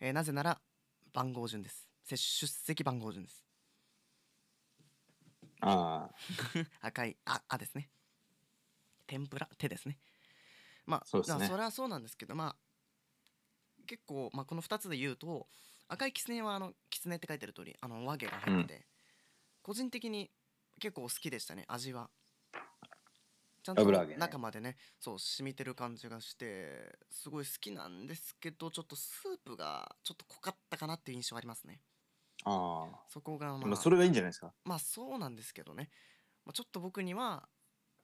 えーなぜなら番号順ですせ出席番号順です
ああ、
赤いああですね天ぷら手ですねまあ
そうですね
まあそれはそうなんですけどまあ結構、まあ、この2つで言うと赤い狐はあの狐って書いてる通りあの和毛が入ってて、個人的に結構好きでしたね味はちゃんと
油揚げね
中までねそう染みてる感じがしてすごい好きなんですけどちょっとスープがちょっと濃かったかなっていう印象ありますね
ああ。
そこがまあ、
まあ、それがいいんじゃないですか。
まあそうなんですけどね、まあ、ちょっと僕には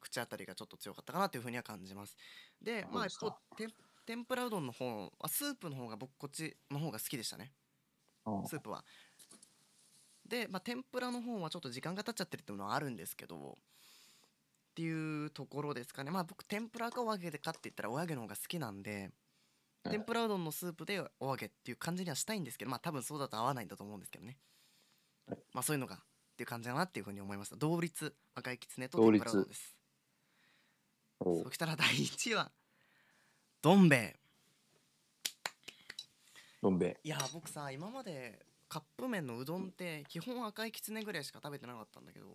口当たりがちょっと強かったかなというふうには感じますで
あ
まあ
そうで
一
す
方
か
てん天ぷらうどんの方はスープの方が僕こっちの方が好きでしたね
うん
スープはで、まあ、天ぷらの方はちょっと時間が経っちゃってるっていうのはあるんですけどっていうところですかねまあ僕天ぷらかお揚げでかって言ったらお揚げの方が好きなんで
はい
天ぷらうどんのスープでお揚げっていう感じにはしたいんですけどまあ多分そうだと合わないんだと思うんですけどね
はい
まあそういうのがっていう感じだなっていうふうに思いました同率赤いきつねと
同
天
率
ぷらうどんです
お
そしたら第1位はどん兵衛
どん兵衛。
いや僕さ今までカップ麺のうどんって基本赤いきつねぐらいしか食べてなかったんだけど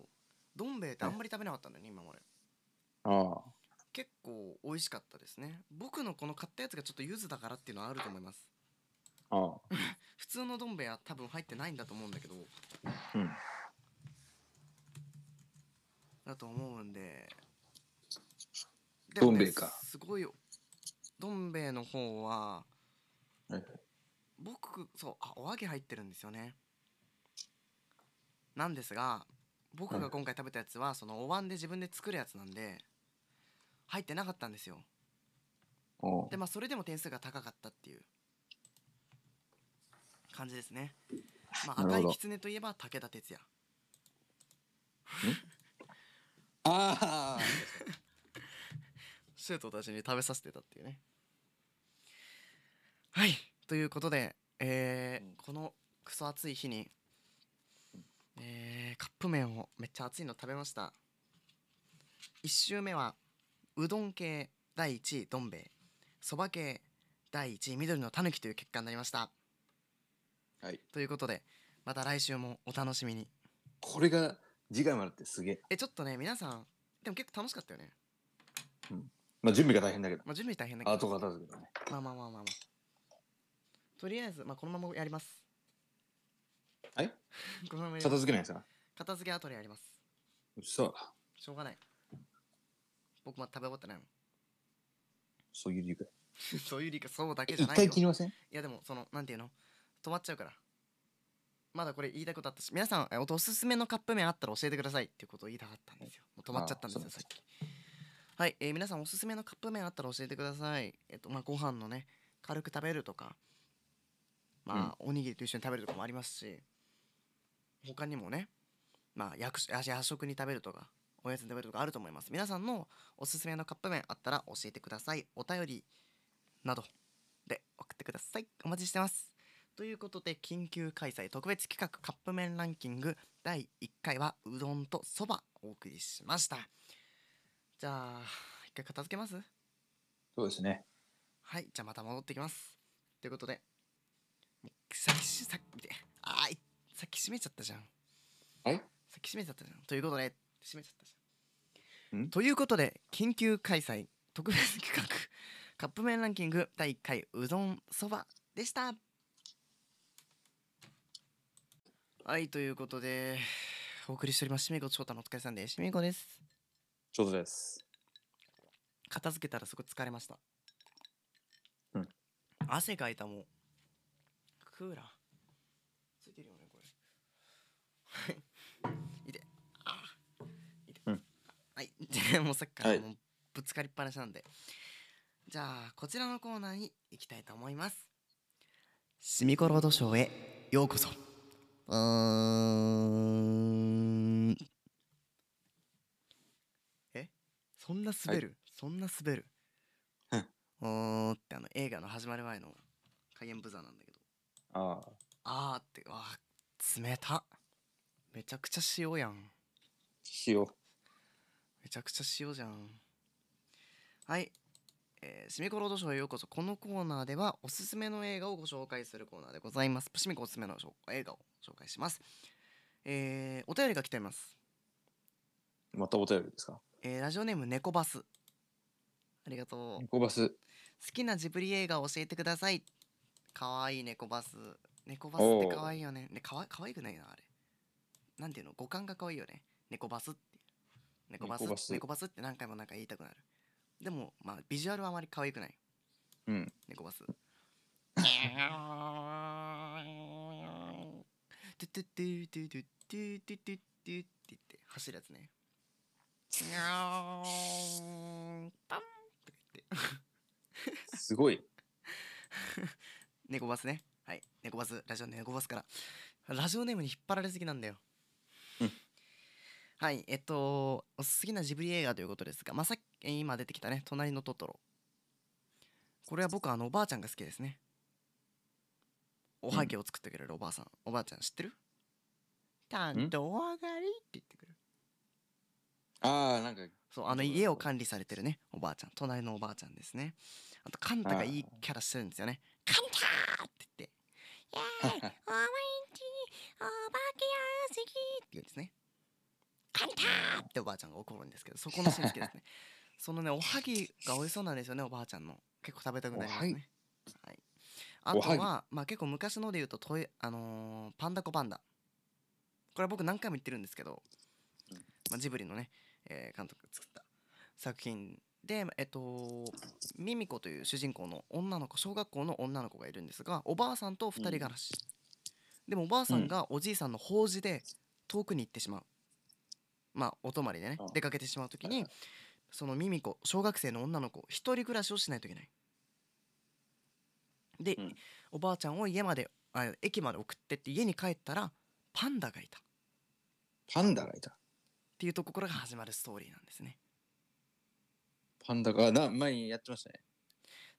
どん兵衛ってあんまり食べなかったんだよね今まで
あ
結構美味しかったですね僕のこの買ったやつがちょっと柚子だからっていうのはあると思います
あ、ああ、
普通のどん兵衛は多分入ってないんだと思うんだけど
うん。
だと思うんで
どん兵衛
で
か
もねすごいよどん兵衛の方は
はい
僕そうあお揚げ入ってるんですよねなんですが僕
は
が
い
今回食べたやつはそのお椀で自分で作るやつなんで入ってなかったんですよ
おう
でまあそれでも点数が高かったっていう感じですねまあ
なる
赤
ほ
い
ど
狐といえば武田鉄矢
ああ、
生徒たちに食べさせてたっていうねはいということで、えーこのクソ暑い日に、えーカップ麺をめっちゃ熱いの食べました1周目はうどん系第1位どん兵衛そば系第1位緑のたぬきという結果になりました
はい。
ということでまた来週もお楽しみに
これが次回までってすげえ。
えちょっとね皆さんでも結構楽しかったよね
まあ準備が大変だけど。
まあ準備大変だけど
後片付けだね。
まあまあまあまあまあとりあえず、まあ、このままやります
はい
このままやり
片
ます
付けないさ。
片付け後でやります
うそ。
しょうがない僕まだ食べ終わってないもん
そういう理由か。
そういう理由かそうだけじ
一
ゃない
回
よ
切りません
いやでもそのなんていうの止まっちゃうからまだこれ言いたいことあったし皆さんえおとおすすめのカップ麺あったら教えてくださいっていうことを言いたかったんですよもう止まっちゃったんですよ
あそ
さっきはい、えー皆さんおすすめのカップ麺あったら教えてくださいえっとまあご飯のね軽く食べるとかまあ、おにぎりと一緒に食べるとかもありますし他にもねまあ夜食夜夜食に食べるとかおやつに食べるとかあると思います皆さんのおすすめのカップ麺あったら教えてくださいお便りなどで送ってくださいお待ちしてますということで緊急開催特別企画カップ麺ランキング第1回はうどんとそばお送りしましたじゃあ一回片付けます
そうですね。
はいじゃあまた戻ってきますということでさっきしさっきあーいさっき閉めちゃったじゃん
え
さっき閉めちゃったじゃんということで閉めちゃったじゃん
ん
ということで緊急開催特別企画カップ麺ランキング第1回うどんそばでしたはいということでお送りしておりますしみこ翔太のお疲れさんでしみこです
ちょうどです。
片付けたらすごい疲れました
うん
汗かいたもんクーラーついてるよねこれはいいてあーいて、
うん
はいでもうさっきから
はい
もうぶつかりっぱなしなんで、じゃあこちらのコーナーに行きたいと思いますシミコロードショーへようこそうーんそんな滑る、そんな滑る
うん
おーってあの映画の始まる前のカイエンブザーなんだけど
ああ、
あーってわー冷ためちゃくちゃ塩やん
塩。
めちゃくちゃ塩じゃんはいえー、シミコロードショーへようこそこのコーナーではおすすめの映画をご紹介するコーナーでございますシミコおすすめの映画を紹介しますえー、お便りが来ています
またお便りですか
えー、ラジオネーム猫バスありがとう
猫バス。
好きなジブリ映画を教えてください。かわいい猫バス。猫バスってかわいいよね。ねかわかわいくないな、あれ。なんていうの五感がかわいいよね。猫バスって。猫バス
猫バス
猫バスって何回も何回言いたくなる。でも、まあ、ビジュアルはあまり可愛くない。
うん。
猫バス。トゥトゥトゥトゥトゥトゥトゥトゥトゥって言って走るやつね。パンって言って。
すごい。
猫バスねはい猫バスラジオネーム猫バスからラジオネームに引っ張られすぎなんだよ
うん
はいえっとお好きなジブリ映画ということですがまあ、さっきえー今出てきたね「隣のトトロ」これは僕あのおばあちゃんが好きですねおはぎを作ってくれるおばあさん、おばあちゃん知ってる担当上がりって言ってくる
ああ、なんか、
そうあの
どうだろう
家を管理されてるねおばあちゃん隣のおばあちゃんですねあとカンタがいい
あ
キャラしてるんですよねカンターって言って「イエーイオレンジって言うんですね。カニだーっておばあちゃんが怒るんですけど、そこのシーン好きですね。そのね、おはぎが美味しそうなんですよね、おばあちゃんの。結構食べたくなりますね。はい。あ
お
と
はぎ
は、まあ結構昔ので言うと、トイあのーパンダコパンダ。これは僕何回も言ってるんですけど、まあ、ジブリのね、えー監督が作った作品で、えっと、ミミコという主人公の女の子小学校の女の子がいるんですがおばあさんと二人暮らし、でもおばあさんがおじいさんの法事で遠くに行ってしまうまあお泊まりでね
ああ
出かけてしまう時
はい
に
は
そのミミコ小学生の女の子一人暮らしをしないといけないで、
うん
おばあちゃんを家まであ駅まで送ってって家に帰ったらパンダがいたっ
パンダがいた。
ていうところが始まるストーリーなんですね
パンダが、な、前にやってましたね。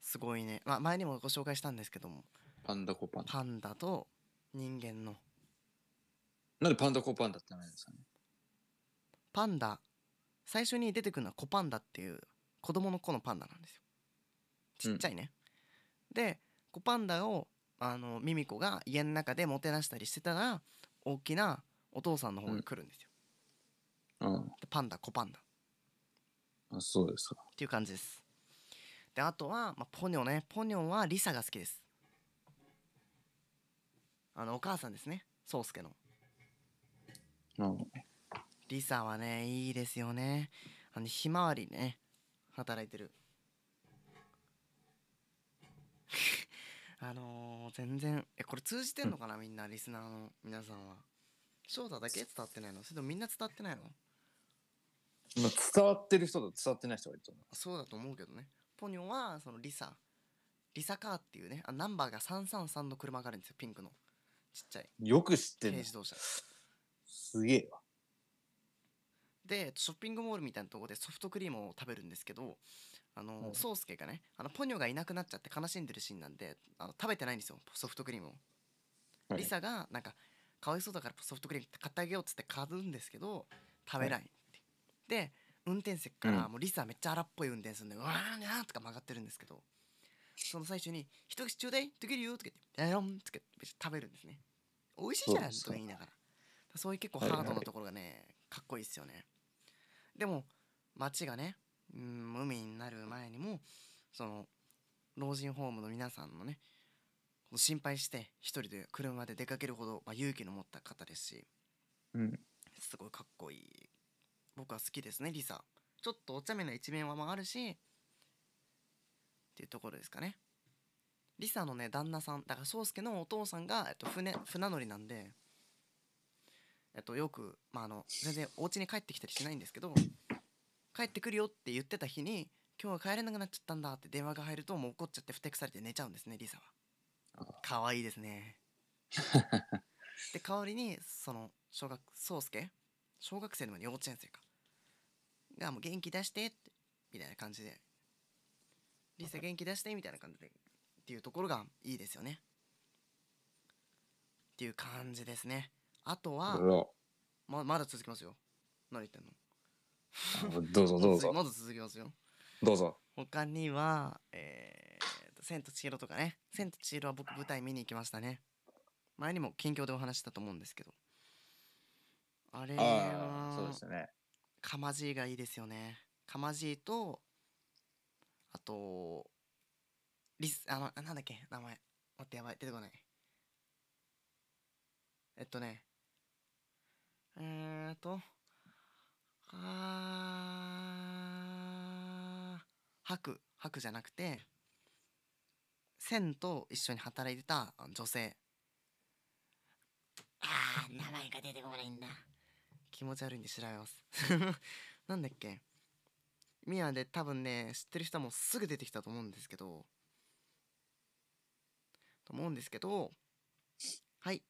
すごいね、まあ、前にもご紹介したんですけども
パンダコパンダ。
パンダと人間の
なんでパンダコパンダって名前なんですかね。
パンダ最初に出てくるのは子パンダっていう子供の子のパンダなんですよちっちゃいね、で子パンダをあのミミコが家の中でもてなしたりしてたら大きなお父さんの方が来るんですよ、
うん
でパンダ子パンダっ
あ。そうですか。
ていう感じですであとは、まあ、ポニョねポニョはリサが好きですあのお母さんですね宗介の
うん。
リサはねいいですよねあのひまわりね働いてる あのー、全然えこれ通じてんのかなみんなリスナーの皆さんは翔太だけ伝わってないのそれともみんな伝わってないの
まあ、伝わってる人と伝わってない人がいると思。
そうだと思うけどねポニョはそのリサリサカーっていうねあナンバーが333の車があるんですよピンクのちっちゃいう
よく知って
軽
るね
自。動車
すげえわ。
でショッピングモールみたいなところでソフトクリームを食べるんですけどあの、
うん
ソウスケがねあのポニョがいなくなっちゃって悲しんでるシーンなんであの食べてないんですよソフトクリームを。
はい
リサがなんかかわいそうだからソフトクリーム買ってあげようっつって買うんですけど食べないって、で運転席から
うん
もうリサめっちゃ荒っぽい運転するんで「うわーにゃー」とか曲がってるんですけどその最初に「一口ちょうだいできるよ」とか言って「やろん」とか言って食べるんですね美味しいじゃんとか
そうそう
言いながらそういう結構ハ
はいはい
ードなところがねかっこいいですよねでも街がねうん海になる前にもその老人ホームの皆さんのね心配して一人で車で出かけるほど、まあ、勇気の持った方ですし
うん。
すごいかっこいい僕は好きですねリサちょっとお茶目な一面はまああるしっていうところですかねリサのね旦那さんだから宗介のお父さんが、えっと、船船乗りなんでえっとよく、まあ、あの全然お家に帰ってきたりしないんですけど帰ってくるよって言ってた日に今日は帰れなくなっちゃったんだって電話が入るともう怒っちゃってふてくされて寝ちゃうんですねリサは
あ
可愛いですねで代わりにその小学宗介小学生の幼稚園生かがもう元気出してってみたいな感じでリサ元気出してみたいな感じでっていうところがいいですよねっていう感じですねあとは
ど
ままだ続きますよ何言ってんの
うぞどうぞ。
まだ続きますよ
どうぞ。
他にはえーと「千と千尋」とかね「千と千尋」は僕舞台見に行きましたね前にも近況でお話ししたと思うんですけどあれ
ああ、そう
は
ですね。
かまじいがいいですよねかまじいとあとリスあのあなんだっけ名前待ってやばい出てこないえっとねえーっとあー白白じゃなくて千と一緒に働いてたあの女性
あー名前が出てこないんだ
気持ち悪いんで調べます なんだっけミアで多分ね知ってる人はもうすぐ出てきたと思うんですけどと思うんですけどはい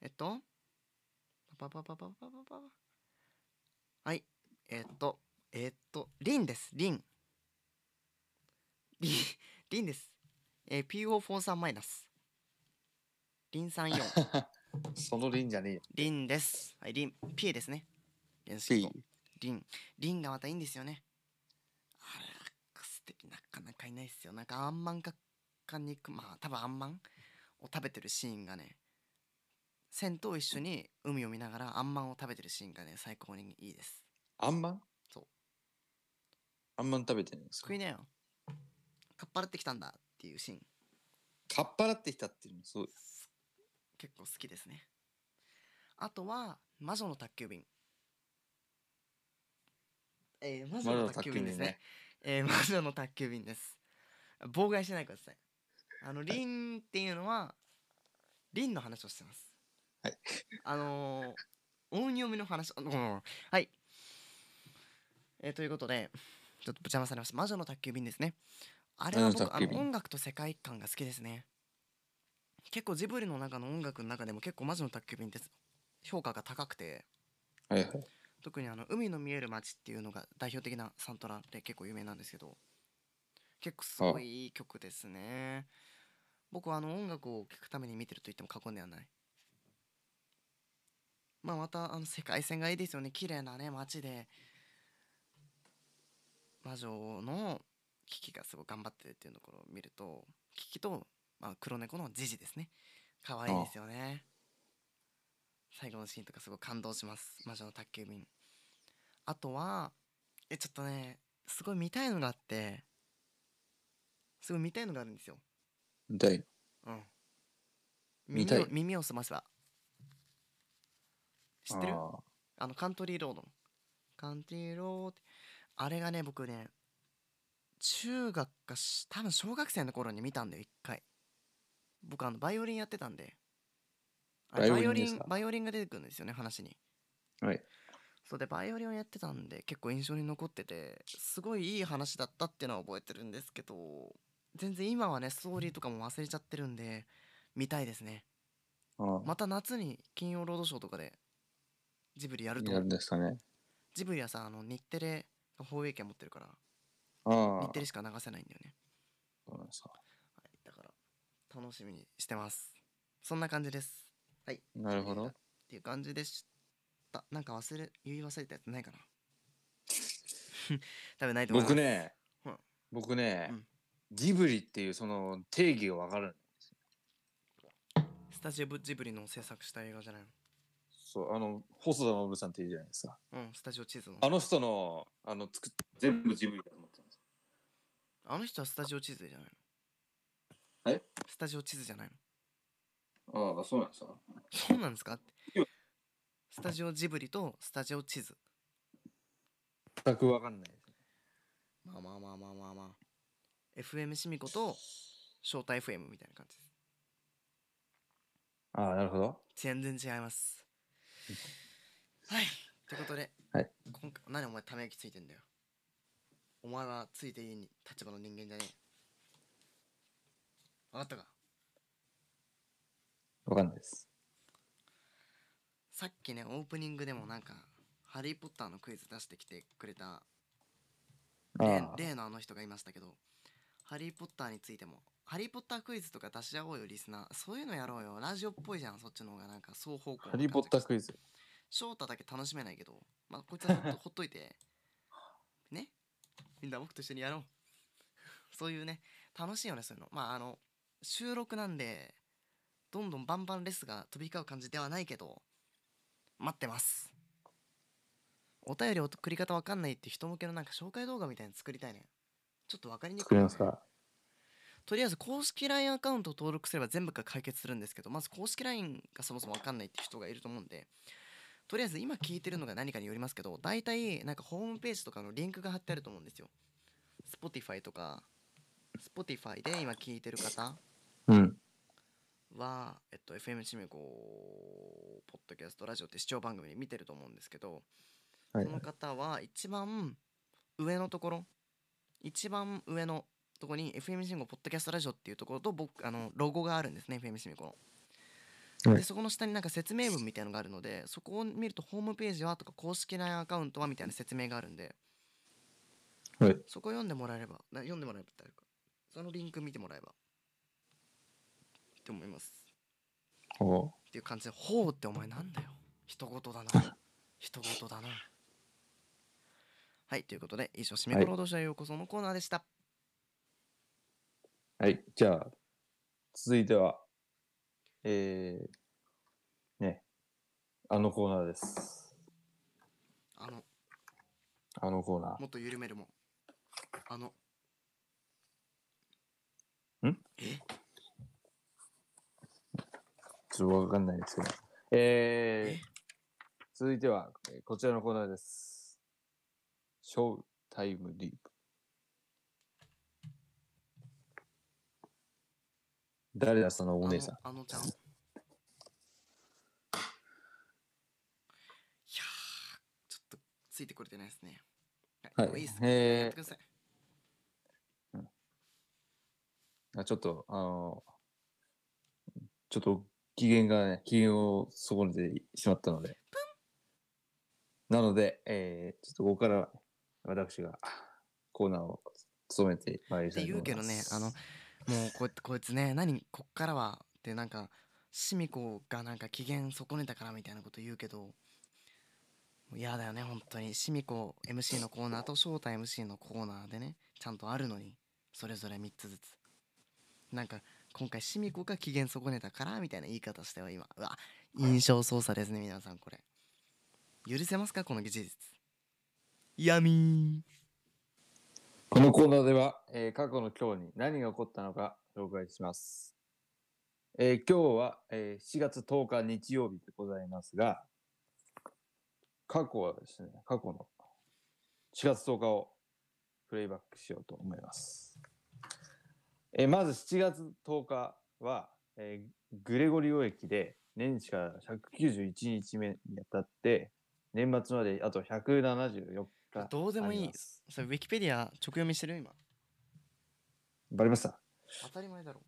えっとパパパパパパパパはいえっとえっとリンですリンリンリンです、えー、PO43 マイナスリン34
その輪じゃねえよ。
リンです。はい、リン、P ですね。リンシンコリン、リンがまたいいんですよね。あら、素敵なかなかいないですよ。なんか、あんまんか、か肉、まあ、多分あんまんを食べてるシーンがね、線と一緒に海を見ながらあんまんを食べてるシーンがね最高にいいです
あんまん
そう
あんまん食べてないんですか
食いなよかっぱらってきたんだっていうシーン
かっぱらってきたっていうのすごい
結構好きですねあとは魔女の宅急便えー、魔女の宅急便ですねえー、魔女の宅急便です妨害しないでくださいあのリンっていうのはリンの話をしてます
はい
あのー、音読みの話あごめんごめんはいえー、ということでちょっと邪魔されました魔女の宅急便ですねあれは
魔女の
僕あ
宅急
の
便
音楽と世界観が好きですね結構ジブリの中の音楽の中でも結構魔女の宅急便って評価が高くて
はいはい
特にあの海の見える街っていうのが代表的なサントラで結構有名なんですけど結構すごいいい曲ですね僕はあの音楽を聴くために見てると言っても過言ではないまあまたあの世界線がいいですよね綺麗なね街で魔女のキキがすごい頑張ってるっていうところを見るとキキと、まあ、黒猫のジジですね可愛いですよね最後のシーンとかすごい感動します魔女の宅急便あとはえちょっとねすごい見たいのがあってすごい見たいのがあるんですよ
痛い
うん
見たい
耳を耳を澄ませば知ってる
あ
あのカントリーロードカントリーロードあれがね僕ね中学かし多分小学生の頃に見たんだよ一回僕あのバイオリンやってたんであ
バ
のバ
イ
イ
オ
オリ
リンです
ン
か
バイオリンが出てくるんですよね話に
ーはい
そうでバイオリンをやってたんで結構印象に残っててすごいいい話だったっていうのは覚えてるんですけど全然今はねストーリーとかも忘れちゃってるんで見たいですね
あー
また夏に金曜ロードショーとかでジブリやると
や
思
る
うん
ですかね
ジブリはさあの日テレが放映権持ってるから
ああ
日テレしか流せないんだよね、
そうなんですか
はい、だから楽しみにしてますそんな感じですはい
なるほ
ジブリ
ど
だっていう感じでしたなんか忘れ言い忘れたやつないかな 多分ないと思います
僕ね
うん
僕ね、
うん
ジブリっていうその定義が分からない
スタジオジブリの制作した映画じゃない
そうあの細田守さんっていいじゃないですか
のうんスタジオ地図の
あの人のあの作っ全部ジブリだと思ってます
あの人はスタジオ地図じゃないの
え
スタジオ地図じゃないの
ああそうなんですか
そうなんですかって
いや
スタジオジブリとスタジオ地図
全く分かんないですね
まあまあまあまあまあまあ FM シミコとショータ FM みたいな感じです
ああなるほど
全然違いますはいということで、
はい
今回何お前ため息ついてんだよお前はついていい立場の人間じゃねえ分かったか
分かんないです
さっきねオープニングでもなんか「ハリー・ポッター」のクイズ出してきてくれた
あ
例
あ
例のあの人がいましたけど「ハリー・ポッター」についても「ハリー・ポッタークイズ」とか出し合おうよリスナーそういうのやろうよラジオっぽいじゃんそっちの方がなんか双方向
ハリー・ポッタークイ
ズ
ズ
翔太だけ楽しめないけどまあこいつはほっとほっといてねみんな僕と一緒にやろうそういうね楽しいよねそういうのまああの収録なんでどんどんバンバンレスが飛び交う感じではないけど待ってますお便り送り方わかんないって人向けのなんか紹介動画みたいなの作りたいねちょっとわかりにくい
作
け
り
どね、
ますか
とりあえず公式 LINE アカウントを登録すれば全部が解決するんですけどまず公式 LINE がそもそも分かんないって人がいると思うんでとりあえず今聞いてるのが何かによりますけど大体なんかホームページとかのリンクが貼ってあると思うんですよ Spotify とか Spotify で今聞いてる方
うん
は、えっと、FM チミコポッドキャストラジオって視聴番組で見てると思うんですけど、
はい
その方は一番上のところ一番上のところに FM 信号ポッドキャストラジオっていうところと僕あのロゴがあるんですね FM シミコの。
は
で
い
そこの下になんか説明文みたいのがあるのでそこを見るとホームページはとか公式 LINE アカウントはみたいな説明があるんで、
はい
そこ読んでもらえればな読んでもらえばってあるかそのリンク見てもらえばって思います。
お
っていう感じで「ほう」ってお前なんだよ一言だな一言だなはいということで以上「締め
はい
頃労働者へようこそ」のコーナーでした、
はいじゃあ続いてはえー、ねあのコーナーです。
あの、
あのコーナー。
もっと緩めるもん。あの。
ん
え
ちょっとわかんないですけど。えー
え
続いては、えーこちらのコーナーです。ショータイムリープ。誰だ、そのお姉さん。
あのあのちゃん。いやー、ちょっとついてこれてないですね。
はい
もういいっす
えー
やってください。
あちょっと、あの、ちょっと機嫌がね、機嫌を損ねてしまったので。なので、えーちょっとここから私がコーナーを務めてまいり
ったて
いと
言う
思い
けど
ます。
ねあのもうこいつこいつね 何こっからはってなんかシミ子がなんか機嫌損ねたからみたいなこと言うけどもう嫌だよね本当にシミ子 MC のコーナーと翔太 MC のコーナーでねちゃんとあるのにそれぞれ3つずつなんか今回シミ子が機嫌損ねたからみたいな言い方したよ今うわ印象操作ですね皆さんこれ許せますかこの事実闇ー
このコーナーでは、えー過去の今日に何が起こったのか紹介します。えー今日は、えー7月10日日曜日でございますが、過去はですね、過去の4月10日をプレイバックしようと思います。えーまず7月10日は、えーグレゴリオ駅で年始から191日目にあたって、年末まであと174日
どうでもいい
あります
それウィキペディア直読みしてる今
バレました
当たり前だろ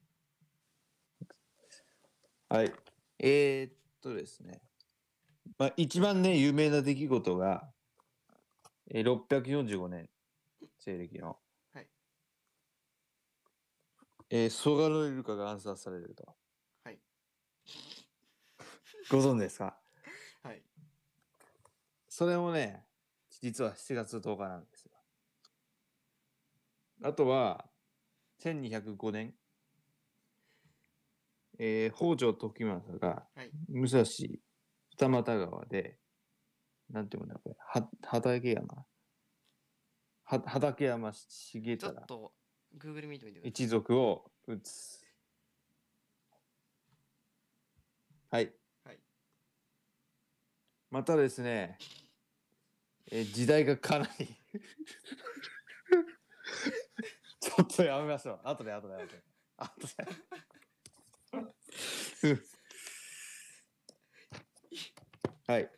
はい。えーっとですね。まあ、一番ね、有名な出来事が、えー、645年、西暦の。
はい。
えー、ソガロイルカが暗殺されると。
はい。
ご存知ですか
はい
それもね、実は7月10日なんですよ。あとは、1205年、えー北条時政が、
はい
武蔵二俣川で、なんていうんだこれ、は畠山は畠山重
ちょっ
忠
と Google ミート見てください
一族を撃つ。はい。
はい
またですね、えー時代がかなり。ちょっとやめましょう。後で後で後で。後で。うんはい。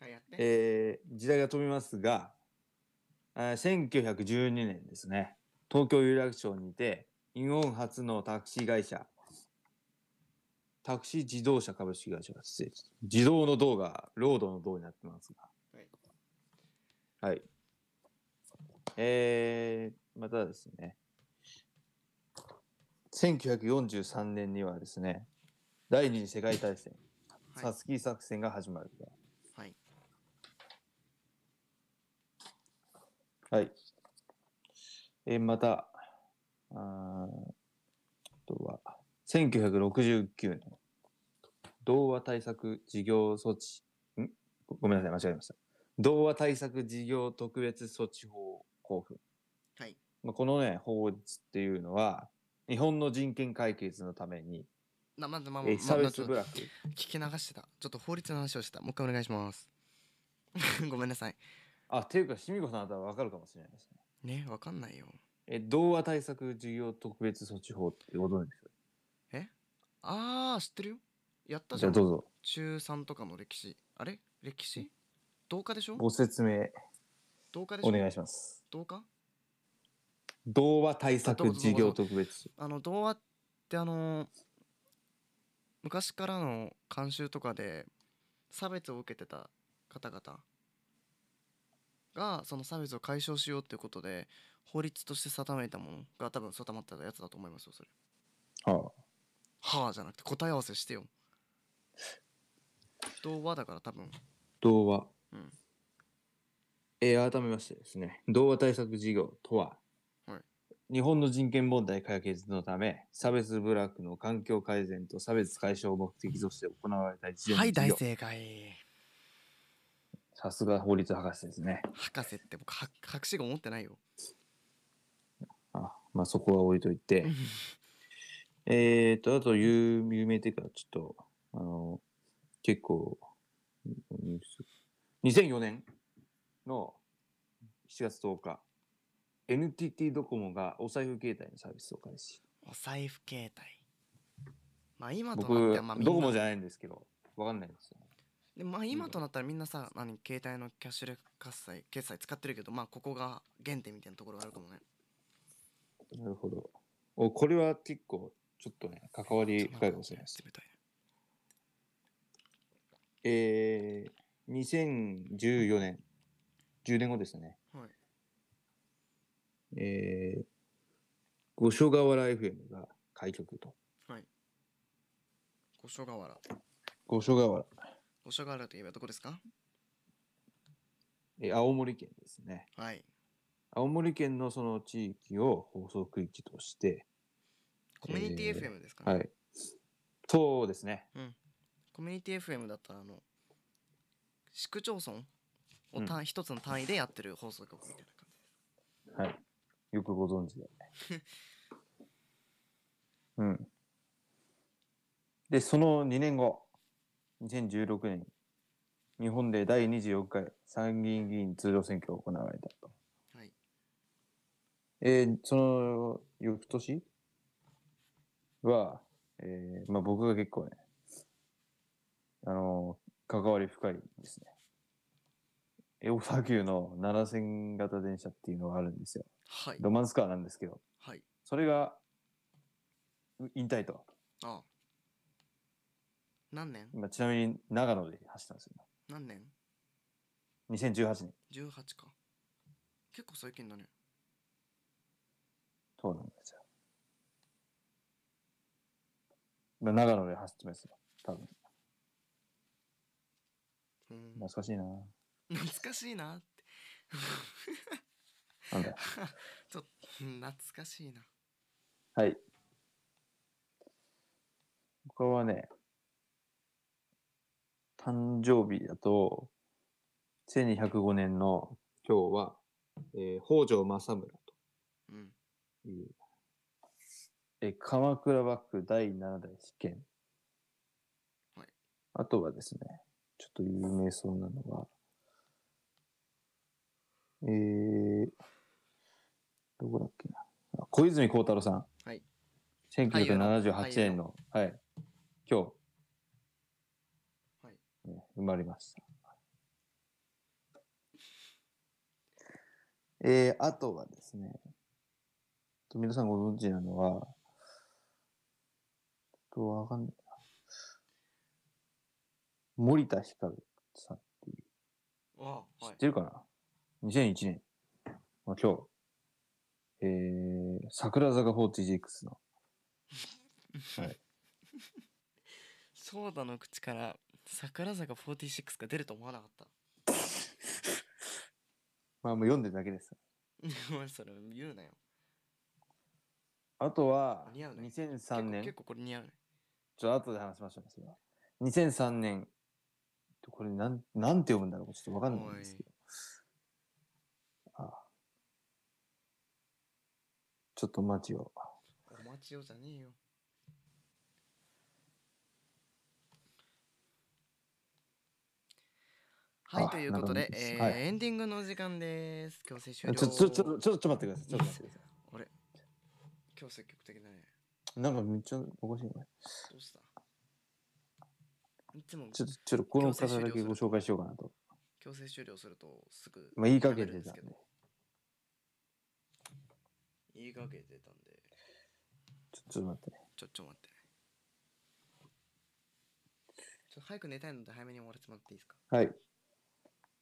はいやって
えー時代が飛びますが、あー1912年ですね、東京有楽町にて、日本初のタクシー会社、タクシー自動車株式会社が失礼自動の動が、ロードの動になってますが。はい。えーまたですね、1943年にはですね、第二次世界大戦、
はい
サツキ作戦が始まると。
はい
はい。えーまた、あーあとは、1969年、童話対策事業措置、んごごめんなさい、間違えました。童話対策事業特別措置法交付。
はい
まあ、このね、法律っていうのは、日本の人権解決のために、
なまずまあま
え
あ
ー差
まあち
別
ょっと
部落、
聞き流してたちょっと法律の話をしてたもう一回お願いします ごめんなさい
あ、っていうか、しみこさんだったらわかるかもしれないですね。
ねわかんないよ
えー童話対策事業特別措置法ってご存知です
あー知ってるよやった
か
じ
じ
ゃ
ゃあ
ん
どうぞ、
中3とかの歴史あれ歴史同化でしょ
ご説明
同化でしょ
お願いします。
同化
童話対策事業特別
あの童話ってあの昔からの慣習とかで差別を受けてた方々がその差別を解消しようっていうことで法律として定めたものが多分定まってたやつだと思いますよそれ
は
はあじゃなくて答え合わせしてよ童話だから多分
童話、
うん
えー改めましてですね童話対策事業とは、
はい
日本の人権問題解決のため、差別部落の環境改善と差別解消を目的として行われた一連の
はい、
事
大
業
正解。
さすが法律博士ですね。
博士って僕、は博士号持ってないよ。
あまあそこは置いといて。えー、と、あと有、有名っていうか、ちょっと、あの、結構、ニュース2004年の7月10日、NTT ドコモがお財布携帯のサービスを開始。
お財布携帯。まあ今と
僕、
なってはまあみんな
ドコモじゃないんですけど、わかんないんですよ。
でまあ今となったらみんなさ何携帯のキャッシュレス決済決済使ってるけどまあここが原点みたいなところがあるかもね
なるほど。おこれは結構、ちょっとね、関わり深いかもしれないです
冷。たいね
えー、2014年、10年後ですね。
はい
えー、五所川原 FM が開局と。
五所川原
五所川原、
五所川原といえばどこですか
えー青森県ですね。
はい
青森県のその地域を放送区域として、
コミュニティ
えー
FM ですかね、
はい。そうですね。
コミュニティ FM だったらあの市区町村を単、一つの単位でやってる放送局みたいな感じ
はい。よくご存知で。うん。で、その2年後、2016年、日本で第24回参議院議員通常選挙が行われたと。
はい。
えーその翌年は、えーまあ僕が結構ね、あの関わり深いですね。エオサ牛の7000型電車っていうのがあるんですよ。
はい
ロマンスカーなんですけど、
はい
それがう引退と。
ああ何年
今ちなみに長野で走ったんですよ。
何年
2018年。
18か結構最近だね
そうなんですよ。まあ、長野で走ってますよ。多分。
うん
懐かしいな。
懐かしいなって
なんだよ
ちょっとうん懐かしいな
はい。他はね、誕生日だと、1205年の今日は、えー北条政村
うん
という、えー鎌倉幕府第7代試験。
はい
あとはですね、ちょっと有名そうなのが、えー、どこだっけな。あ小泉孝太郎さん。
はい。
1978年の、はい、今日、
はい
ね生まれました。えー、あとはですね、と皆さんご存知なのは、ちょっとわかんないな。森田ひかるさん、
ああ
知っ
はい
てるかな、?2001 年、まあ、今日、えー、桜坂46の、
ソーダの口から桜坂46が出ると思わなかった
まあもう読んでるだけです。
お前それ言うなよ
あとは、
似合うね
2003年、
結構結構これ似合うね
ちょっと後で話しましょうね、それは。2003年、これなん、なんて読むんだろうちょっとわかんないんですけど。ああちょっとお待ちを。
お待ちよじゃねえよはい
あ
ということで、え
なるほどです
ー
はい
エンディングの時間です強制
ち
終
ょ、
了
ちょ、ちょ、ちょ、ちょっと待ってください。ちょっと待ってくださ
あれ今日積極的だね
い。なんかめっちゃおかしいな。
どうしたいつも
ちょっと、ちょっとこの方だけご紹介しようかなと。
強制終了するとすぐ
まあ、いい加
喋
減
るんで
で
すす
か
け
ね
ど。いい加減出たんで
ちょ、ちょっと待ってね。
ちょちょ待ってねちょっと早く寝たいので早めに終わらせてもらっていいですか
はい。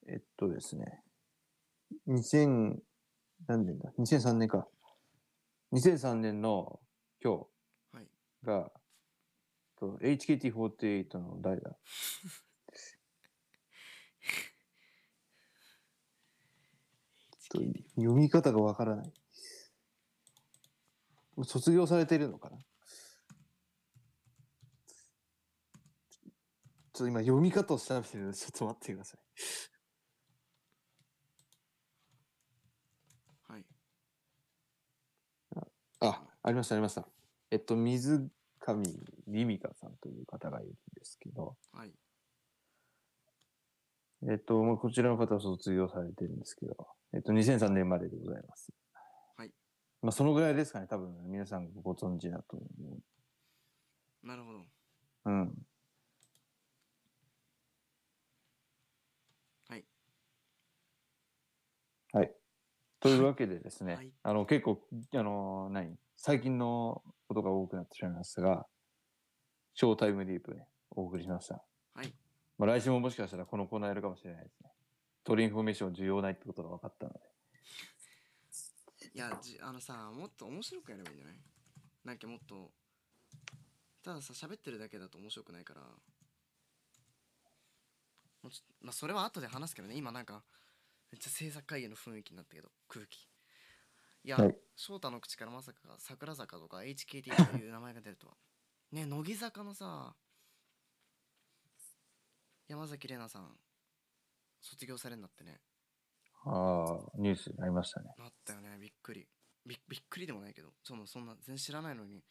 えっとですね。2000、何年だ ?2003 年か。2003年の今
はい
日が、と HKT48 の 誰だちょっと読み方がわからない。もう卒業されているのかなちょちょっと今読み方を調べてるのでちょっと待ってください。
はい。
あ、ありました、ありました。えっと、水上りみかさんという方がいるんですけど、
はい。
えっと、まあ、こちらの方は卒業されてるんですけど、えっと、2003年まででございます。
はい。
まあ、そのぐらいですかね、多分、皆さんがご存知だと思
なるほど。
う。うん。
はい。
はい。というわけでですね、
はい
あの、結構、あの、何最近のことが多くなってしまいますが、ショータイムリープね、お送りしました。
はい。
まあ、来週ももしかしたらこのコーナーやるかもしれないですね。鳥インフォメーション重要ないってことが分かったので。
いや、じあのさ、もっと面白くやればいいんじゃないなんかもっと、たださ、喋ってるだけだと面白くないから、もうちょまあ、それは後で話すけどね、今なんか、めっちゃ制作会議の雰囲気になったけど、空気。いや、
はい
翔太の口からまさか桜坂とか HKT という名前が出るとは。 ね、乃木坂のさ、山崎怜奈さん、卒業されるんだってね。
ああ、ニュースになりましたね。
なったよねびっくりびっびっくりでもないけどそのそんな全然知らないのに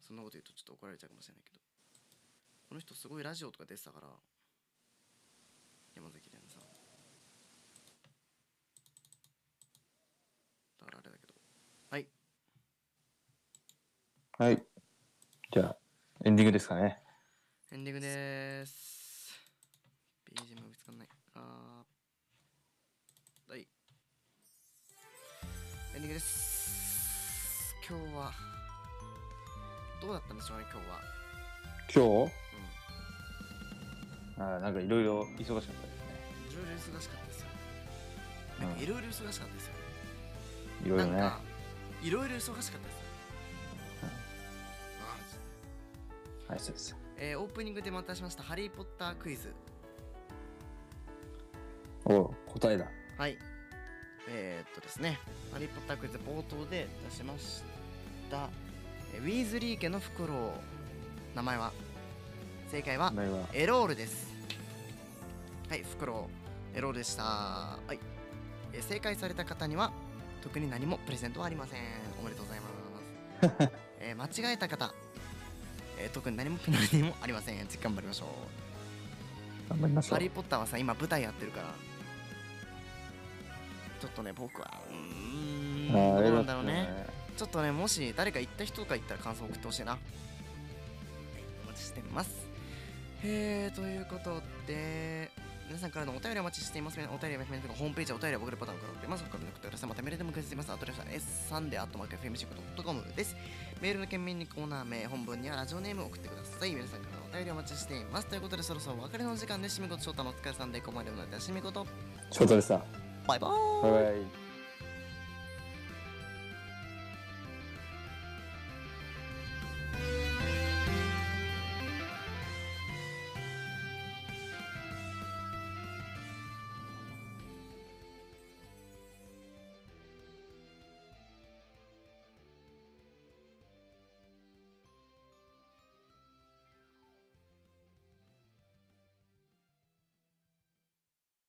そんなこと言うとちょっと怒られちゃうかもしれないけどこの人すごいラジオとか出てたから山崎蓮さんだからあれだけど
はい。じゃあ、エンディングですかね。
エンディングでーす BGM が見つかんないあーはいエンディングです今日はどうだったんでしょうね今日は
今日
うん
ああ、なんかいろいろ忙しかったですね。
いろいろ忙しかったですよ。
うん
なんかいろいろ忙しかったですよ。
いろい
な
ろ
ん
ね。
かいろいろ忙しかったですよ。
うん
あー
はい、そうです。
えーオープニングでまたしましたハリー・ポッタークイズ。
おう答えだ。
はい。えー、っとですね、ハリー・ポッタークイズ冒頭で出しました、えーウィーズリー家のフクロウ。名前は正解は
お題は、
エロールですはいフクロウエロールでしたはい、えー正解された方には特に何もプレゼントはありませんおめでとうございます えー間違えた方、えー特に何もペナルティもありません次頑張りましょう
頑張りましょ
ハ
う
リー・。ポッターはさ今舞台やってるからちょっとね僕はうーん
ああ
どうなんだろう
偉か
ね
ったね
ちょっとね、もし誰か行った人とか行ったら感想送ってほしいな。はいお待ちしてます。えー、ということで、皆さんからのお便りお待ちしています。お便りは FM とかホームページ、お便りは僕のパターンから送ってます。他の送ってください。またメールでも受け付けます。アドレスは s 3で atmarkfmc.com です。メールの件名にコーナー名、本文にはラジオネームを送ってください。皆さんからのお便りお待ちしています。ということで、そろそろお別れのお時間です。しみごと翔太のお疲れさんで、ここまでのお相手はしみごと。
翔太でした。
バイバーイ。
バイバイ。